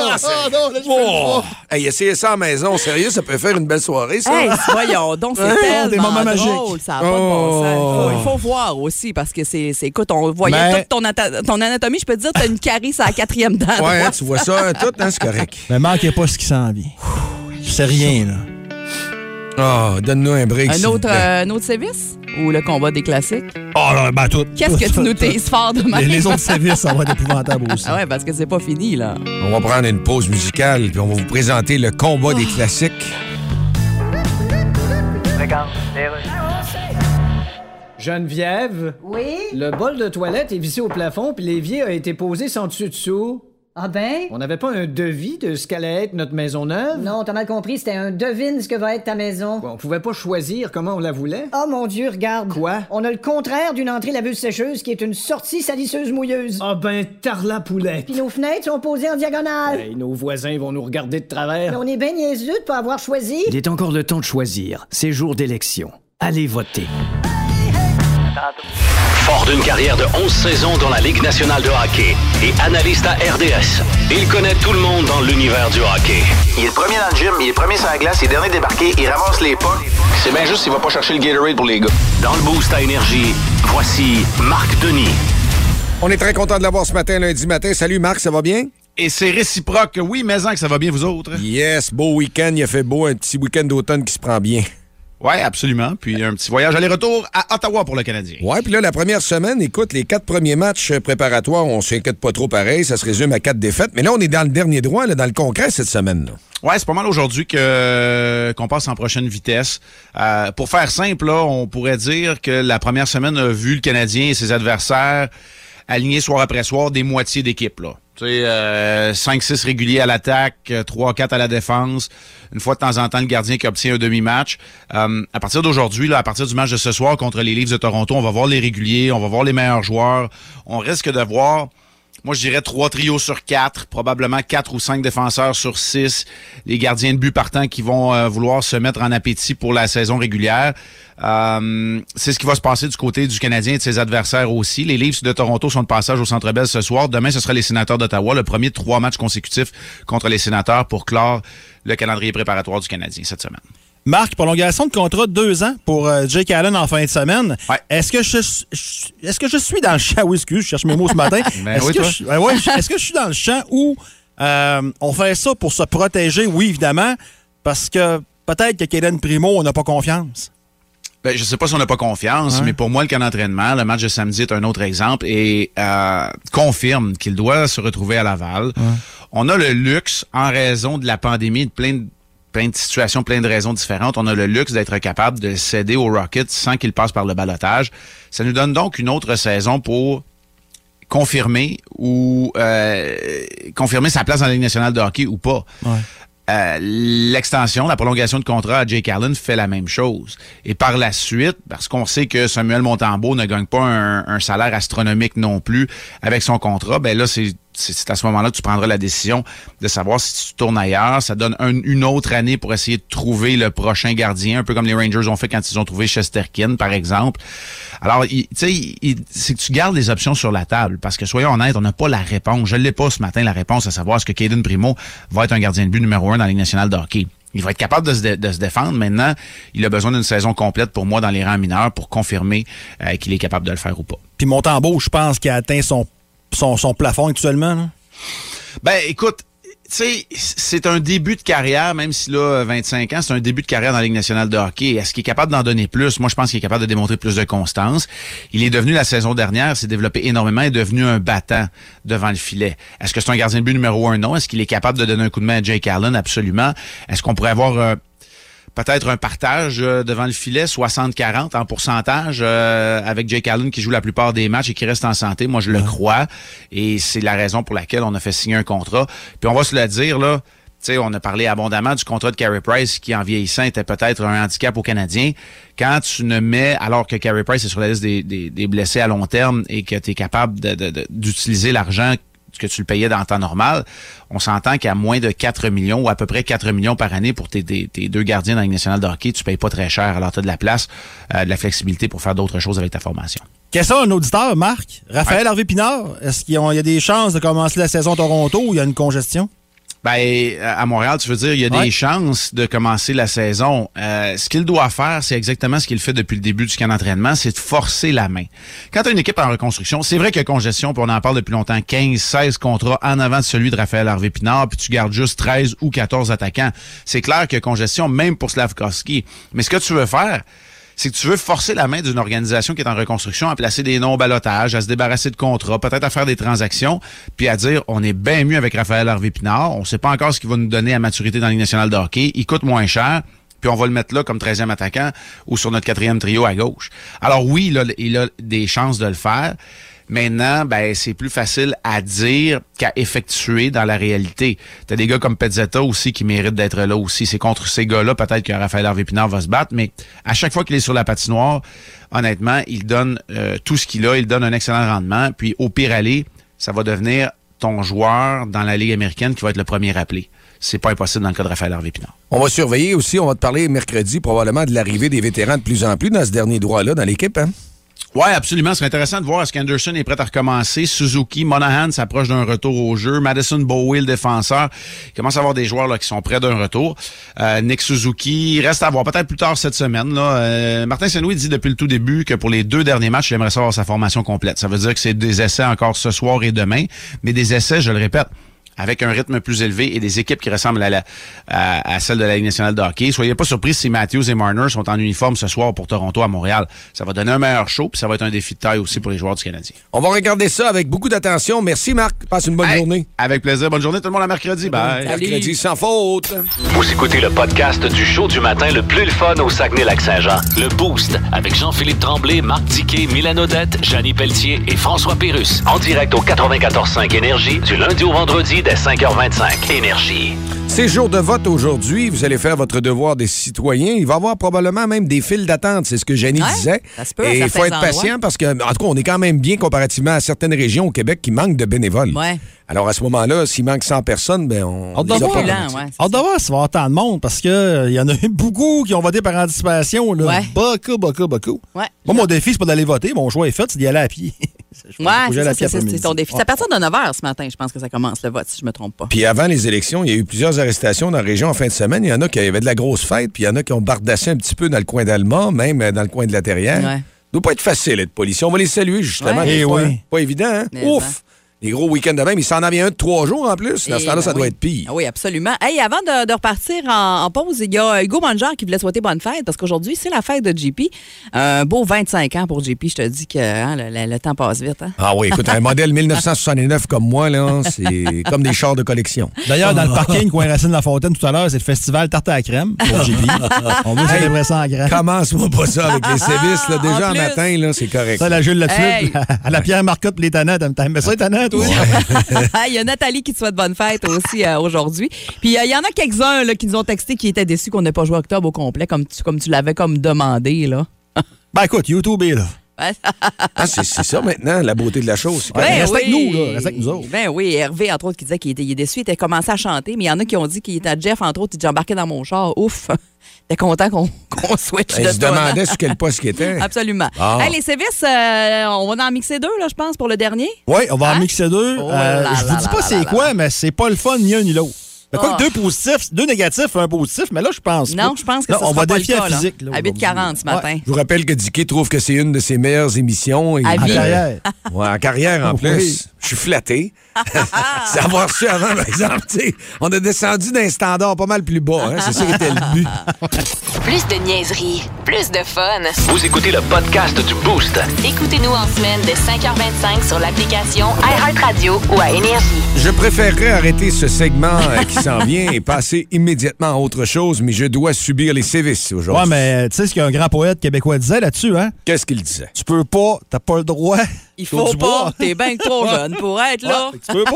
E: non, là, je peux
C: Oh!
E: pas.
C: Hey, essayez ça à la maison. Sérieux, ça peut faire une belle soirée, ça.
D: Hey, voyons donc, c'est
C: Hein?
D: tellement
C: Des moments
D: drôle,
C: magiques. Oh.
D: ça n'a pas de bon sens. Il faut, il faut voir aussi, parce que c'est, c'est- écoute, on voyait
C: Mais-
D: toute ton, ata- ton anatomie, je peux te dire, t'as une carie à la quatrième dent.
C: Ouais,
D: droite.
C: hein, tu vois ça, hein, tout, hein, c'est correct.
E: Mais manquez pas ce qui s'en vient. C'est rien, là.
C: Oh, donne-nous un break.
D: Un
C: s'il vous
D: autre,
C: plaît. Ah,
D: euh, un autre sévice? Ou le combat des classiques?
E: Oh là, ben tout.
D: Qu'est-ce que tu nous tises fort demain?
C: Les- les autres
E: sévices, ça va être épouvantable aussi.
D: Ah ouais, parce que c'est pas fini, là.
C: On va prendre une pause musicale, puis on va vous présenter le combat
D: Ah.
C: des classiques.
H: Geneviève?
G: Oui?
H: Le bol de toilette est vissé au plafond, puis l'évier a été posé sans dessus-dessous.
G: Ah ben?
H: On n'avait pas un devis de ce qu'allait être notre maison neuve?
G: Non, t'as mal compris, c'était un devine ce que va être ta maison.
H: On pouvait pas choisir comment on la voulait.
G: Oh mon Dieu, regarde. Quoi? On a le contraire d'une entrée laveuse sécheuse qui est une sortie salisseuse mouilleuse.
H: Ah ben, tarla poulette!
G: Puis nos fenêtres sont posées en diagonale.
H: Hey, nos voisins vont nous regarder de
G: Mais
H: travers.
G: on est bien niaiseux de pas avoir choisi.
H: Il est encore le temps de choisir. C'est jour d'élection. Allez voter.
B: Fort d'une carrière de 11 saisons dans la Ligue nationale de hockey et analyste à RDS, il connaît tout le monde dans l'univers du hockey.
K: Il est le premier dans le gym, il est le premier sur la glace, il est dernier débarqué, il ramasse les pas. C'est bien juste s'il va pas chercher le Gatorade pour les gars.
B: Dans le boost à énergie, voici Marc Denis.
C: On est très content de l'avoir ce matin, lundi matin. Salut Marc, ça va bien?
J: Et c'est réciproque. Oui, mais en que ça va bien, vous autres.
C: Yes, beau week-end, il a fait beau, un petit week-end d'automne qui se prend bien.
J: Oui, absolument. Puis un petit voyage aller-retour à Ottawa pour le Canadien.
C: Ouais, puis là, la première semaine, écoute, les quatre premiers matchs préparatoires, on s'inquiète pas trop pareil, ça se résume à quatre défaites. Mais là, on est dans le dernier droit, là, dans le concret cette semaine. là.
J: Ouais, c'est pas mal aujourd'hui que euh, qu'on passe en prochaine vitesse. Euh, pour faire simple, là, on pourrait dire que la première semaine a vu le Canadien et ses adversaires alignés soir après soir des moitiés d'équipe. Là. Tu sais, euh, 5-6 réguliers à l'attaque, euh, 3-4 à la défense. Une fois de temps en temps, le gardien qui obtient un demi-match. Euh, à partir d'aujourd'hui, là, à partir du match de ce soir contre les Leafs de Toronto, on va voir les réguliers, on va voir les meilleurs joueurs. On risque de voir Moi, je dirais trois trios sur quatre, probablement quatre ou cinq défenseurs sur six, les gardiens de but partant qui vont euh, vouloir se mettre en appétit pour la saison régulière. Euh, c'est ce qui va se passer du côté du Canadien et de ses adversaires aussi. Les Leafs de Toronto sont de passage au Centre Bell ce soir. Demain, ce sera les Sénateurs d'Ottawa, le premier de trois matchs consécutifs contre les Sénateurs pour clore le calendrier préparatoire du Canadien cette semaine.
E: Marc, prolongation de contrat de deux ans pour euh, Jake Allen en fin de semaine. Est-ce que je, je- est-ce que je suis dans le champ? Oui, excuse, je cherche mes mots ce matin.
J: Ben
E: est-ce
J: oui,
E: que,
J: toi.
E: je- ouais, ouais, est-ce que je suis dans le champ où euh, on fait ça pour se protéger? Oui, évidemment, parce que peut-être que Kaden Primo, on n'a pas confiance.
J: Ben, je sais pas si on n'a pas confiance,
E: Ouais.
J: mais pour moi, le camp d'entraînement, le match de samedi est un autre exemple et euh, confirme qu'il doit se retrouver à Laval. On a le luxe, en raison de la pandémie, de plein de, plein de situations, plein de raisons différentes, on a le luxe d'être capable de céder aux Rockets sans qu'ils passent par le balotage. Ça nous donne donc une autre saison pour confirmer ou euh, confirmer sa place dans la Ligue nationale de hockey ou pas. Euh, l'extension, la prolongation de contrat à Jake Allen fait la même chose. Et par la suite, parce qu'on sait que Samuel Montembeau ne gagne pas un, un salaire astronomique non plus avec son contrat, ben là, c'est c'est- c'est à ce moment-là que tu prendras la décision de savoir si tu tournes ailleurs. Ça donne un- une autre année pour essayer de trouver le prochain gardien, un peu comme les Rangers ont fait quand ils ont trouvé Chesterkin, par exemple. Alors, il- tu sais, il- c'est que tu gardes les options sur la table parce que, soyons honnêtes, on n'a pas la réponse. Je ne l'ai pas ce matin, la réponse à savoir est-ce que Caden Primo va être un gardien de but numéro un dans la Ligue nationale de hockey. Il va être capable de se, dé- de se défendre. Maintenant, il a besoin d'une saison complète pour moi dans les rangs mineurs pour confirmer euh, qu'il est capable de le faire ou pas.
E: Puis Montembeau, je pense qu'il a atteint son, son, son plafond actuellement. là.
J: Ben, écoute, tu sais, c'est un début de carrière, même si là, 25 ans, c'est un début de carrière dans la Ligue nationale de hockey. Est-ce qu'il est capable d'en donner plus? Moi, je pense qu'il est capable de démontrer plus de constance. Il est devenu, la saison dernière, s'est développé énormément, est devenu un battant devant le filet. Est-ce que c'est un gardien de but numéro un? Non. Est-ce qu'il est capable de donner un coup de main à Jake Allen? Absolument. Est-ce qu'on pourrait avoir... euh, peut-être un partage euh, devant le filet, 60-40 en pourcentage, euh, avec Jake Allen qui joue la plupart des matchs et qui reste en santé. Moi, je le crois. Et c'est la raison pour laquelle on a fait signer un contrat. Puis on va se le dire, là. Tu sais, on a parlé abondamment du contrat de Carey Price qui, en vieillissant, était peut-être un handicap aux Canadiens. Quand tu ne mets, alors que Carey Price est sur la liste des, des- des blessés à long terme et que tu es capable de- de- de- d'utiliser l'argent que tu le payais dans le temps normal, on s'entend qu'à moins de 4 millions ou à peu près 4 millions par année pour tes, tes- tes deux gardiens dans la Ligue nationale de hockey, tu payes pas très cher. Alors, tu as de la place, euh, de la flexibilité pour faire d'autres choses avec ta formation.
E: Question à un auditeur, Marc. Raphaël Harvey Pinard, est-ce qu'il y a il y a des chances de commencer la saison à Toronto ou il y a une congestion?
J: Ben, à Montréal, tu veux dire, il y a
E: Ouais.
J: des chances de commencer la saison. Euh, ce qu'il doit faire, c'est exactement ce qu'il fait depuis le début du camp d'entraînement, c'est de forcer la main. Quand tu as une équipe en reconstruction, c'est vrai qu'il y a congestion, puis on en parle depuis longtemps, 15, 16 contrats en avant de celui de Raphaël Harvey Pinard, puis tu gardes juste 13 ou 14 attaquants. C'est clair qu'il y a congestion, même pour Slavkovski. Mais ce que tu veux faire, c'est que tu veux forcer la main d'une organisation qui est en reconstruction à placer des noms au balotage, à se débarrasser de contrats, peut-être à faire des transactions, puis à dire on est bien mieux avec Raphaël Harvey Pinard, on sait pas encore ce qu'il va nous donner à maturité dans la Ligue nationale de hockey, il coûte moins cher. Puis on va le mettre là comme 13e attaquant ou sur notre quatrième trio à gauche. Alors oui, il a, il a des chances de le faire. Maintenant, ben, c'est plus facile à dire qu'à effectuer dans la réalité. T'as des gars comme Pezzetta aussi qui méritent d'être là aussi. C'est contre ces gars-là, peut-être que Raphaël Harvey Pinard va se battre, mais à chaque fois qu'il est sur la patinoire, honnêtement, il donne euh, tout ce qu'il a, il donne un excellent rendement. Puis au pire aller, ça va devenir ton joueur dans la Ligue américaine qui va être le premier appelé. C'est pas impossible dans le cas de Raphaël Harvey Pinard.
C: On va surveiller aussi, on va te parler mercredi probablement de l'arrivée des vétérans de plus en plus dans ce dernier droit-là dans l'équipe. Hein?
J: Oui, absolument. Ce serait intéressant de voir est-ce qu'Anderson est prêt à recommencer. Suzuki, Monahan s'approche d'un retour au jeu. Madison Bowie, le défenseur. Il commence à avoir des joueurs là, qui sont prêts d'un retour. Euh, Nick Suzuki, reste à voir peut-être plus tard cette semaine. Là. Euh, Martin Saint-Louis dit depuis le tout début que pour les deux derniers matchs, il aimerait savoir sa formation complète. Ça veut dire que c'est des essais encore ce soir et demain. Mais des essais, je le répète, avec un rythme plus élevé et des équipes qui ressemblent à, la, à, à celle de la Ligue nationale de hockey. Soyez pas surpris si Matthews et Marner sont en uniforme ce soir pour Toronto à Montréal. Ça va donner un meilleur show, puis ça va être un défi de taille aussi pour les joueurs du Canadien.
C: On va regarder ça avec beaucoup d'attention. Merci Marc, passe une bonne journée.
J: Avec plaisir, bonne journée tout le monde à mercredi. Bye.
C: Mercredi sans faute.
B: Vous écoutez le podcast du show du matin le plus le fun au Saguenay-Lac-Saint-Jean. Le Boost avec Jean-Philippe Tremblay, Marc Diquet, Milan Odette, Janine Pelletier et François Pérus. En direct au 94.5 Énergie du lundi au vendredi dès 5h25. Énergie.
C: C'est jour de vote aujourd'hui. Vous allez faire votre devoir des citoyens. Il va y avoir probablement même des files d'attente. C'est ce que Jenny disait.
D: ça se peut, à
C: Et il
D: certains
C: faut être
D: endroits.
C: patient parce que, en tout cas, on est quand même bien comparativement à certaines régions au Québec qui manquent de bénévoles.
D: Ouais.
C: Alors, à ce moment-là, s'il manque 100 personnes, ben, on.
E: On
C: les a
E: doit
C: pas
E: voir
C: comme-
E: On doit voir s'il va y avoir tant de monde parce qu'il y en a eu beaucoup qui ont voté par anticipation. Là.
D: Ouais.
E: Beaucoup, beaucoup, beaucoup.
D: Ouais.
E: Moi, mon défi, c'est pas d'aller voter. Mon choix est fait, c'est d'y aller à pied.
D: Ouais, c'est
E: bouger à
D: ça,
E: la
D: c'est ça,
E: pied
D: c'est
E: après-midi.
D: ton défi. C'est à partir de 9 h ce matin, je pense que ça commence le vote, si je me trompe pas.
C: Puis avant les élections, il y a eu plusieurs arrestations dans la région en fin de semaine. Il y en a qui avaient de la grosse fête, puis il y en a qui ont bardassé un petit peu dans le coin d'Alma, même euh, dans le coin de la Terrière.
D: Ouais.
C: doit pas être facile être policier. On va les saluer, justement.
E: Ouais.
C: des
E: Eh
C: fois,
E: oui.
C: hein. Pas évident, hein?
D: Mais
C: Ouf!
D: ben.
C: Les gros week-ends de même, il s'en en vient un de trois jours en plus. Dans
D: Eh
C: ce temps-là, ça
D: ben
C: doit
D: oui.
C: être pire.
D: Ah Oui, absolument. Hey, avant de, de repartir en, en pause, il y a Hugo Manger qui voulait souhaiter bonne fête parce qu'aujourd'hui, c'est la fête de JP. Un beau 25 ans pour JP. Je te dis que hein, le, le- le temps passe vite. hein.
C: Ah oui, écoute, un modèle 1969 comme moi, là, c'est comme des chars de collection.
E: D'ailleurs, dans le parking, coin Racine La Fontaine, tout à l'heure, c'est le festival Tarte à la crème pour JP. On veut
C: Hey,
E: célébrer ça en grand.
C: Commence-moi pas ça avec les sévices, là. Déjà,
E: En
C: en
E: plus.
C: matin, là, c'est correct.
E: Ça, la Jules là-dessus,
D: Hey!
E: à la Pierre Marcotte, puis les Tannats, t'aimes- t'aimes ça, les Tannats, toi?
D: il y a Nathalie qui te souhaite bonne fête aussi euh, aujourd'hui. Puis euh, il y en a quelques-uns là, qui nous ont texté qui étaient déçus qu'on n'ait pas joué octobre au complet comme tu, comme tu l'avais comme demandé. Là.
E: Ben écoute, YouTube est là.
C: Ah, c'est c'est ça maintenant, la beauté de la chose.
D: Ben
E: reste avec
D: oui.
E: nous, là. Reste avec nous autres.
D: Ben oui, Hervé, entre autres, qui disait qu'il était il est déçu, il était commencé à chanter, mais il y en a qui ont dit qu'il était à Jeff, entre autres, il dit embarqué dans mon char. Ouf! T'es content qu'on qu'on switch
C: Ben,
D: de
C: il se
D: ton.
C: demandait sur quel poste qu'il était.
D: Absolument.
C: Ah.
D: Hey, les sévices, euh, on va en mixer deux, là, je pense, pour le dernier.
E: Oui, on va en mixer deux.
D: Oh
E: Euh,
D: là
E: je vous
D: là
E: dis
D: là
E: pas
D: là
E: c'est
D: là
E: quoi, mais c'est pas le fun ni un ni l'autre. Mais quoi
D: Ah.
E: que deux positifs, deux négatifs, un positif, mais là, je pense.
D: Non,
E: pas.
D: je pense que
E: Là,
D: ça
E: on
D: sera
E: va
D: pas
E: défier
D: le cas,
E: la
D: là.
E: physique. Là,
D: À 8h40 ce matin.
C: Je vous rappelle que Dicky trouve que c'est une de ses meilleures émissions. Et,
D: Hein. À vie. En
E: carrière.
C: Ouais, en carrière, en plus.
E: Oui.
C: Je suis flatté. Savoir su avant, par exemple, tu sais, on a descendu d'un standard pas mal plus bas. hein. C'est ça qui était le but.
A: Plus de niaiserie, plus de fun.
B: Vous écoutez le podcast du Boost.
A: Écoutez-nous en semaine de 5h25 sur l'application iHeartRadio ou à Énergie.
C: Je préférerais arrêter ce segment euh, qui s'en vient et passer immédiatement à autre chose, mais je dois subir les sévices
E: Ouais,
C: aujourd'hui.
E: mais tu sais ce qu'un grand poète québécois disait là-dessus, hein?
C: Qu'est-ce qu'il disait?
E: Tu peux pas, t'as pas le droit.
D: Il
E: Claude
D: faut
E: Dubois.
D: pas, t'es bien trop jeune pour être là.
E: Ouais, tu peux pas.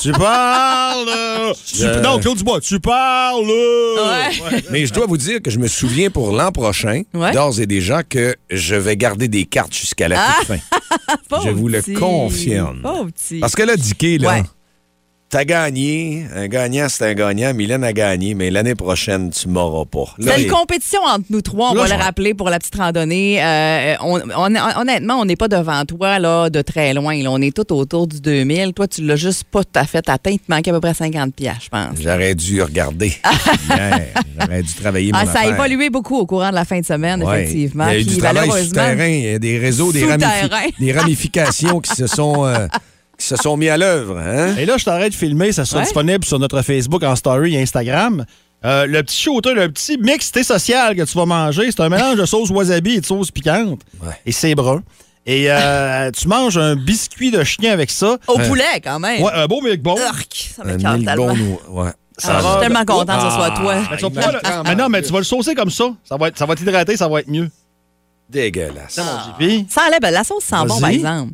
E: tu parles. euh, tu-
C: Euh.
E: Non, Claude Dubois, tu parles. euh.
D: Ouais.
C: Mais je dois vous dire que je me souviens pour l'an prochain,
D: Ouais.
C: d'ores et déjà, que je vais garder des cartes jusqu'à la
D: Ah!
C: toute fin.
D: Pauvre
C: Je vous le
D: petit.
C: confirme.
D: Pauvre petit.
C: Parce que là, Dicky, là,
D: Ouais.
C: t'as gagné. Un gagnant, c'est un gagnant. Mylène a gagné, mais l'année prochaine, tu m'auras pas. Là,
D: C'est
C: j'ai-
D: une compétition entre nous trois, on
C: Là,
D: va
C: je-
D: le rappeler pour la petite randonnée. Euh, on- on- honnêtement, on n'est pas devant toi là, de très loin. là. On est tout autour du 2000. Toi, tu l'as juste pas tout à fait atteint. Il te manquait à peu près 50 piastres, je pense.
C: J'aurais dû regarder. hier. J'aurais dû travailler mon
D: Ah, ça a
C: affaire.
D: évolué beaucoup au courant de la fin de semaine,
C: Ouais.
D: effectivement.
C: Il y a eu du
D: Puis,
C: travail
D: malheureusement,
C: souterrain, il y a des réseaux, des,
D: Souterrain.
C: ramifi- des ramifications qui se sont, euh, qui se sont mis à l'œuvre. hein?
E: Et là, je t'arrête de filmer. Ça sera
D: Ouais.
E: disponible sur notre Facebook en story et Instagram. Euh, le petit shooter, le petit mixité social que tu vas manger, c'est un mélange de sauce wasabi et de sauce piquante.
C: Ouais.
E: Et c'est brun. Et euh, tu manges un biscuit de chien avec ça. Euh,
D: Au poulet, quand même.
E: Ouais, un beau milkbone.
D: Urk, ça
C: Un
D: m'écarte
C: mille
D: tellement.
C: bons, ouais.
D: Ah, je suis tellement contente que ce soit toi.
E: Mais, tu vas pas le-
D: Ah,
E: mais Ah, non, mais tu vas le saucer comme ça. Ça va, être- ça va t'hydrater, ça va être mieux.
C: Dégueulasse. Ah,
D: Ah.
E: Puis,
D: Ça enlève, la sauce sent bon,
E: Vas-y.
D: par exemple.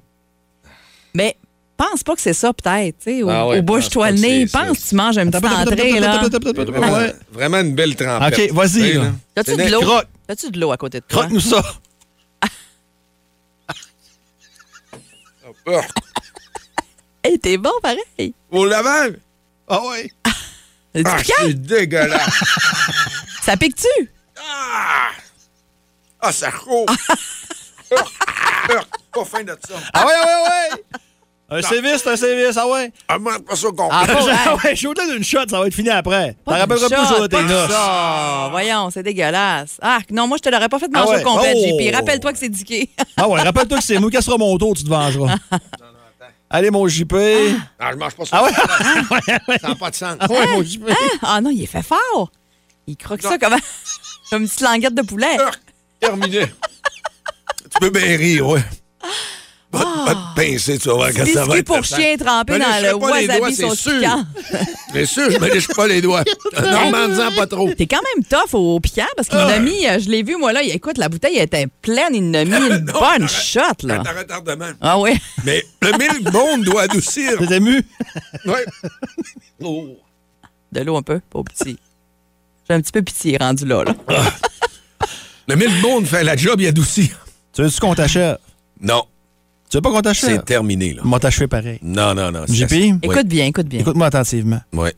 D: Mais pense pas que c'est ça, peut-être. tu sais, Au,
C: Ah ouais,
D: au bouche-toi le
C: pense pas que
D: nez,
C: c'est
D: pense, tu manges un petit entrée, là.
C: Vraiment,
E: Ouais.
C: vraiment une belle trempette.
E: OK, vas-y,
C: Tu sais,
E: là.
D: T'as-tu de l'eau?
E: Croque.
D: T'as-tu de l'eau à côté de toi?
E: Croque-nous ça.
C: Ah,
D: Hey, t'es bon, pareil.
C: Au Laval?
E: Ah ouais.
D: C'est
C: Ah,
D: piquant?
C: c'est dégueulasse.
D: Ça pique-tu?
C: Ah, Ah, ça roule. Ah, ah, Pas fin de ça.
E: Ah ouais, ouais, ouais. Un sévice, c'est un sévice, ah ouais.
C: Ah, moi, pas ça qu'on
D: Ah, bon,
E: Ah
D: hein?
E: ouais, shooter d'une shot, ça va être fini après. T'en
D: Pas
E: rappelleras
D: d'une
E: plus
D: shot,
E: sur tes
D: pas
E: noces.
D: Ah, voyons, c'est dégueulasse. Ah, non, moi, je te l'aurais pas fait manger
E: Ah ouais.
D: au complet,
E: Oh.
D: JP. Rappelle-toi que c'est diqué.
E: Ah ouais, rappelle-toi que c'est moi qui sera mon tour, tu te vengeras. Allez, mon JP.
C: Ah, je mange pas ça.
E: Ah ouais?
C: Ça n'a pas de sens.
E: ouais, mon JP.
D: Ah non, il est fait fort. Il croque ça comme, comme une petite languette de poulet.
C: Terminé. tu peux bien rire, ouais. Va te pincer, tu vas voir quand ça va.
D: Biscuit
C: être
D: pour
C: fait.
D: chien trempé
C: Me
D: dans
C: lècherai
D: le
C: pas les doigts,
D: wasabi
C: c'est
D: sauce
C: sûr.
D: piquant.
C: C'est sûr, je me lèche pas les doigts. Non, mais en disant pas trop.
D: T'es quand même tough au piquant parce qu'il en
C: Ah.
D: a mis, euh, je l'ai vu, moi, là, il- écoute, la bouteille était pleine, il en a mis une bonne shot, là.
C: À ta retardement.
D: Ah oui?
C: Mais le milk bond doit adoucir.
E: T'es ému?
C: Oui.
D: De l'eau un peu, pas au petit. J'ai un petit peu pitié rendu là, là.
C: Le milk bond fait la job, il adoucit.
E: Tu veux-tu qu'on t'achève?
C: Non.
E: Tu veux pas qu'on t'achève?
C: C'est terminé, là.
E: On va t'achever pareil.
C: Non, non, non.
E: JP?
C: Oui.
D: Ah. Écoute bien, écoute bien.
E: Écoute-moi attentivement.
C: Oui.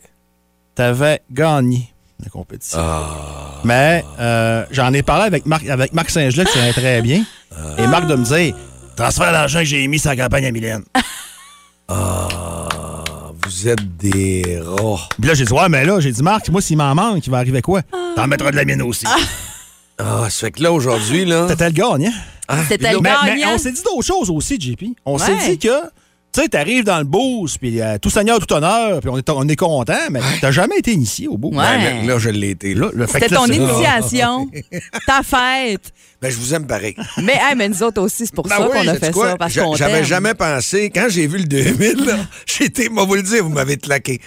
E: T'avais gagné la compétition.
D: Ah.
E: Mais euh, j'en ai parlé avec Marc, avec Marc Saint-Gelais, qui connaît très bien. Et Marc de me dire transfère l'argent que j'ai mis sur la campagne à Mylène.
D: Ah.
C: Vous êtes des rats.
E: Puis là, j'ai dit Ouais, mais là, j'ai dit Marc, moi, s'il m'en manque, il va arriver quoi
D: Ah.
E: T'en mettras de la mienne aussi.
C: Ah, ça fait que là, aujourd'hui, là.
E: C'était le gagnant.
C: Ah,
D: C'était
C: puis là-
D: le
E: Mais,
D: gagnant.
E: mais on s'est dit d'autres choses aussi, JP. On s'est
D: Ouais.
E: dit que, tu sais, t'arrives dans le boost, puis euh, tout seigneur, tout honneur, puis on est, on est content, mais t'as jamais été initié au boost.
D: Ouais.
C: Ben, là, là, je l'ai été. Là,
E: Le fait
D: C'était
E: que là,
D: ton
E: c'est-
D: initiation, ta fête.
C: Ben, je vous aime pareil.
D: Mais, hey, mais nous autres aussi, c'est pour
C: Ben
D: ça
C: oui,
D: qu'on a
C: sais-tu
D: fait
C: quoi?
D: ça, parce
C: J'a-
D: qu'on
C: J'avais
D: t'aime.
C: jamais pensé. Quand j'ai vu le 2000, là, j'étais, moi, vous le dire, vous m'avez claqué.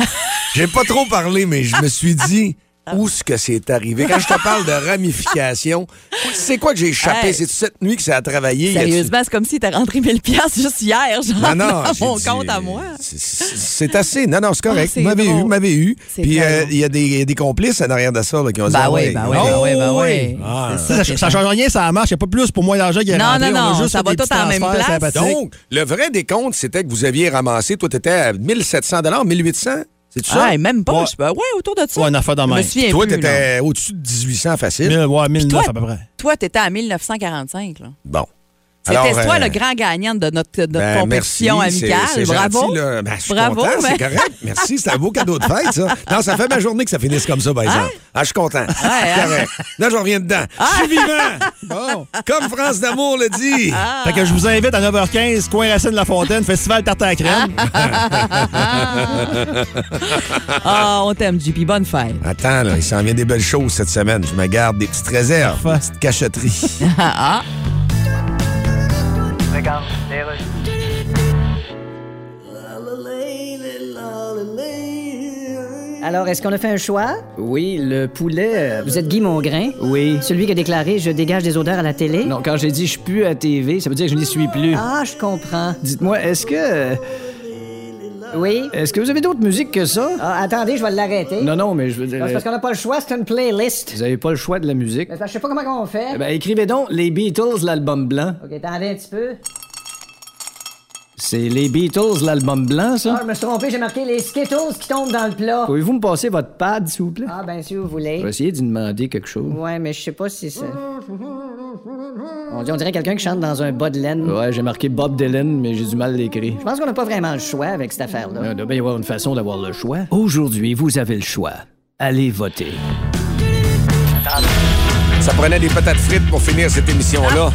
C: J'ai pas trop parlé, mais je me suis dit.
D: Ah.
C: Où est-ce que c'est arrivé? Quand je te parle de ramification, c'est quoi que j'ai échappé?
D: Hey.
C: C'est cette nuit que ça a travaillé? Y a-tu-
D: Sérieusement, c'est comme si t'as rentré 1000 piastres juste hier, genre,
C: Non, non,
D: dans
C: j'ai
D: mon
C: dit-
D: compte à moi.
C: C'est- C'est c'est assez. Non, non, c'est correct.
D: Ah, c'est
C: vous m'avez
D: drôle.
C: eu, vous m'avez eu.
D: C'est
C: Puis
D: très
C: euh, il y, a des- il y a des complices en arrière de ça là, qui ont dit.
D: Ben
C: ah
D: oui,
C: ouais,
D: ben
C: non.
D: oui, ben oui, ben oui.
C: Ah.
D: C'est
E: Oh, Ça,
D: c'est
E: ça change rien, ça marche. Il n'y a pas plus pour moi d'argent qui est
D: Non,
E: rentré,
D: non,
E: on a
D: non,
E: juste
D: ça
E: fait
D: va
E: des
D: tout
E: petits
D: en même
E: transferts
D: place.
E: sympathiques.
C: Donc, le vrai décompte, c'était que vous aviez ramassé, toi, t'étais à 1700 1800 c'est ça?
D: Ah, hey, même pas,
E: Ouais.
D: je sais pas. Ouais, autour de ça.
E: Ouais, une affaire de
D: Je me
E: même.
D: souviens
C: Toi,
D: plus, là.
C: t'étais au-dessus de 1800 facile.
E: Mille- ouais, 1009 à peu près.
D: Toi, t'étais à 1945, là.
C: Bon.
D: C'était
C: Alors,
D: toi
C: euh,
D: le grand gagnant de notre, de notre
C: ben,
D: compétition
C: merci, c'est-
D: amicale.
C: c'est
D: Bravo.
C: gentil, là. Ben, je suis
D: Bravo,
C: content, c'est
D: mais-
C: correct. Merci, c'est un beau cadeau de fête, ça. Non, ça fait ma journée que ça finisse comme ça, par exemple. Ah, je suis content. C'est
D: hein? Ah!
C: correct. Là, je reviens dedans. Je suis vivant. Comme France d'amour le dit.
E: Fait que je vous invite à 9h15, coin Racine de la Fontaine, festival tarte à la crème.
D: Ah, on t'aime, JP. Bonne fête.
C: Attends, là, il s'en vient des belles choses cette semaine. Je me garde des petites réserves, des petites cacheteries.
D: Ah, ah.
G: Alors, est-ce qu'on a fait un choix?
H: Oui, le poulet. euh,
G: Vous êtes Guy Mongrain?
H: Oui.
G: Celui qui a déclaré Je dégage des odeurs à la télé?
H: Non, quand j'ai dit je suis plus à TV, ça veut dire que je n'y suis plus.
G: Ah, je comprends.
H: Dites-moi, est-ce que.
G: Oui?
H: Est-ce que vous avez d'autres musiques que ça?
G: Ah, attendez, je vais l'arrêter.
H: Non, non, mais je veux dire.
G: Non, c'est parce qu'on n'a pas le choix, c'est une playlist.
H: Vous avez pas le choix de la musique.
G: Mais c'est parce que je sais pas comment on fait.
H: Eh Ben, écrivez donc les Beatles, l'album blanc.
G: OK, attendez un petit peu.
H: C'est les Beatles, l'album blanc,
G: Ah,
H: ça?
G: je me suis trompé, j'ai marqué les Skittles qui tombent dans le plat.
H: Pouvez-vous me passer votre pad, s'il vous plaît?
G: Ah, ben, si vous
H: Je vais
G: voulez.
H: essayer d'y demander quelque chose.
G: Ouais, mais je sais pas si c'est... On, dit- on dirait quelqu'un qui chante dans un bas de laine.
H: Ouais, j'ai marqué Bob Dylan, mais j'ai du mal à l'écrire.
G: Je pense qu'on n'a pas vraiment le choix avec cette affaire-là.
H: Il doit bien y avoir une façon d'avoir le choix. Aujourd'hui, vous avez le choix. Allez voter.
C: Ça prenait des patates frites pour finir cette émission-là.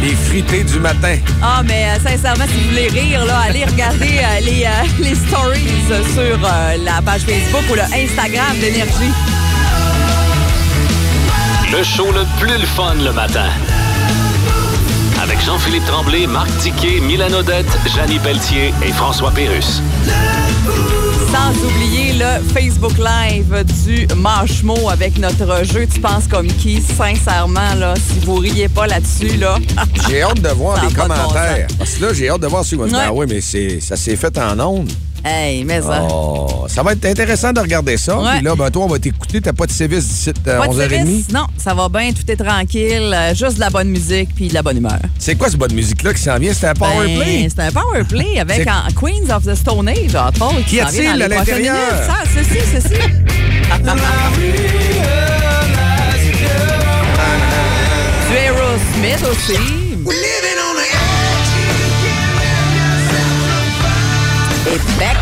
C: Les frités du matin.
D: Ah, mais euh, sincèrement, si vous voulez rire, là, allez regarder euh, les, euh, les stories euh, sur euh, la page Facebook ou le Instagram d'Énergie.
B: Le show le plus le fun le matin. Avec Jean-Philippe Tremblay, Marc Tiquet, Milan Odette, Janine Pelletier et François Pérus.
D: Sans oublier le Facebook Live du Marshmo avec notre jeu Tu penses comme qui. Sincèrement, là, si vous riez pas là-dessus, là,
C: J'ai hâte de voir
D: Ça a
C: les
D: pas de bon
C: commentaires. Parce que là, j'ai hâte de voir si vous
D: Ouais.
C: Ah oui, mais c'est- ça s'est fait en ondes.
D: hey, mais ça.
C: Oh, ça va être intéressant de regarder ça.
D: Ouais.
C: Puis là, ben, toi, on va t'écouter. T'as pas de service d'ici euh, à
D: Pas de
C: 11h30.
D: service? Non, ça va bien, tout est tranquille, euh, juste de la bonne musique puis de la bonne humeur.
C: C'est quoi ce bonne musique-là qui s'en vient? C'était un power
D: Ben,
C: play?
D: C'est un power play avec
C: C'est-
D: en- Queens of the Stone Age, entre autres.
C: Qu'y
D: qui s'en vient
C: a-t-il
D: dans
C: à
D: les prochaines
C: l'intérieur?
D: minutes. Ça, ceci, ceci. Du Aerosmith aussi. Et Beck.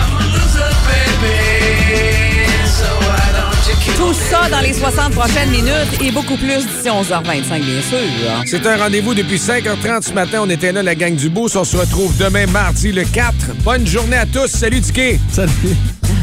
D: Tout ça dans les 60 prochaines minutes et beaucoup plus d'ici 11h25, bien sûr.
C: C'est un rendez-vous depuis 5h30 ce matin. On était là, la gang du Beauce. On se retrouve demain, mardi, le 4. Bonne journée à tous. Salut, Dicky.
E: Salut.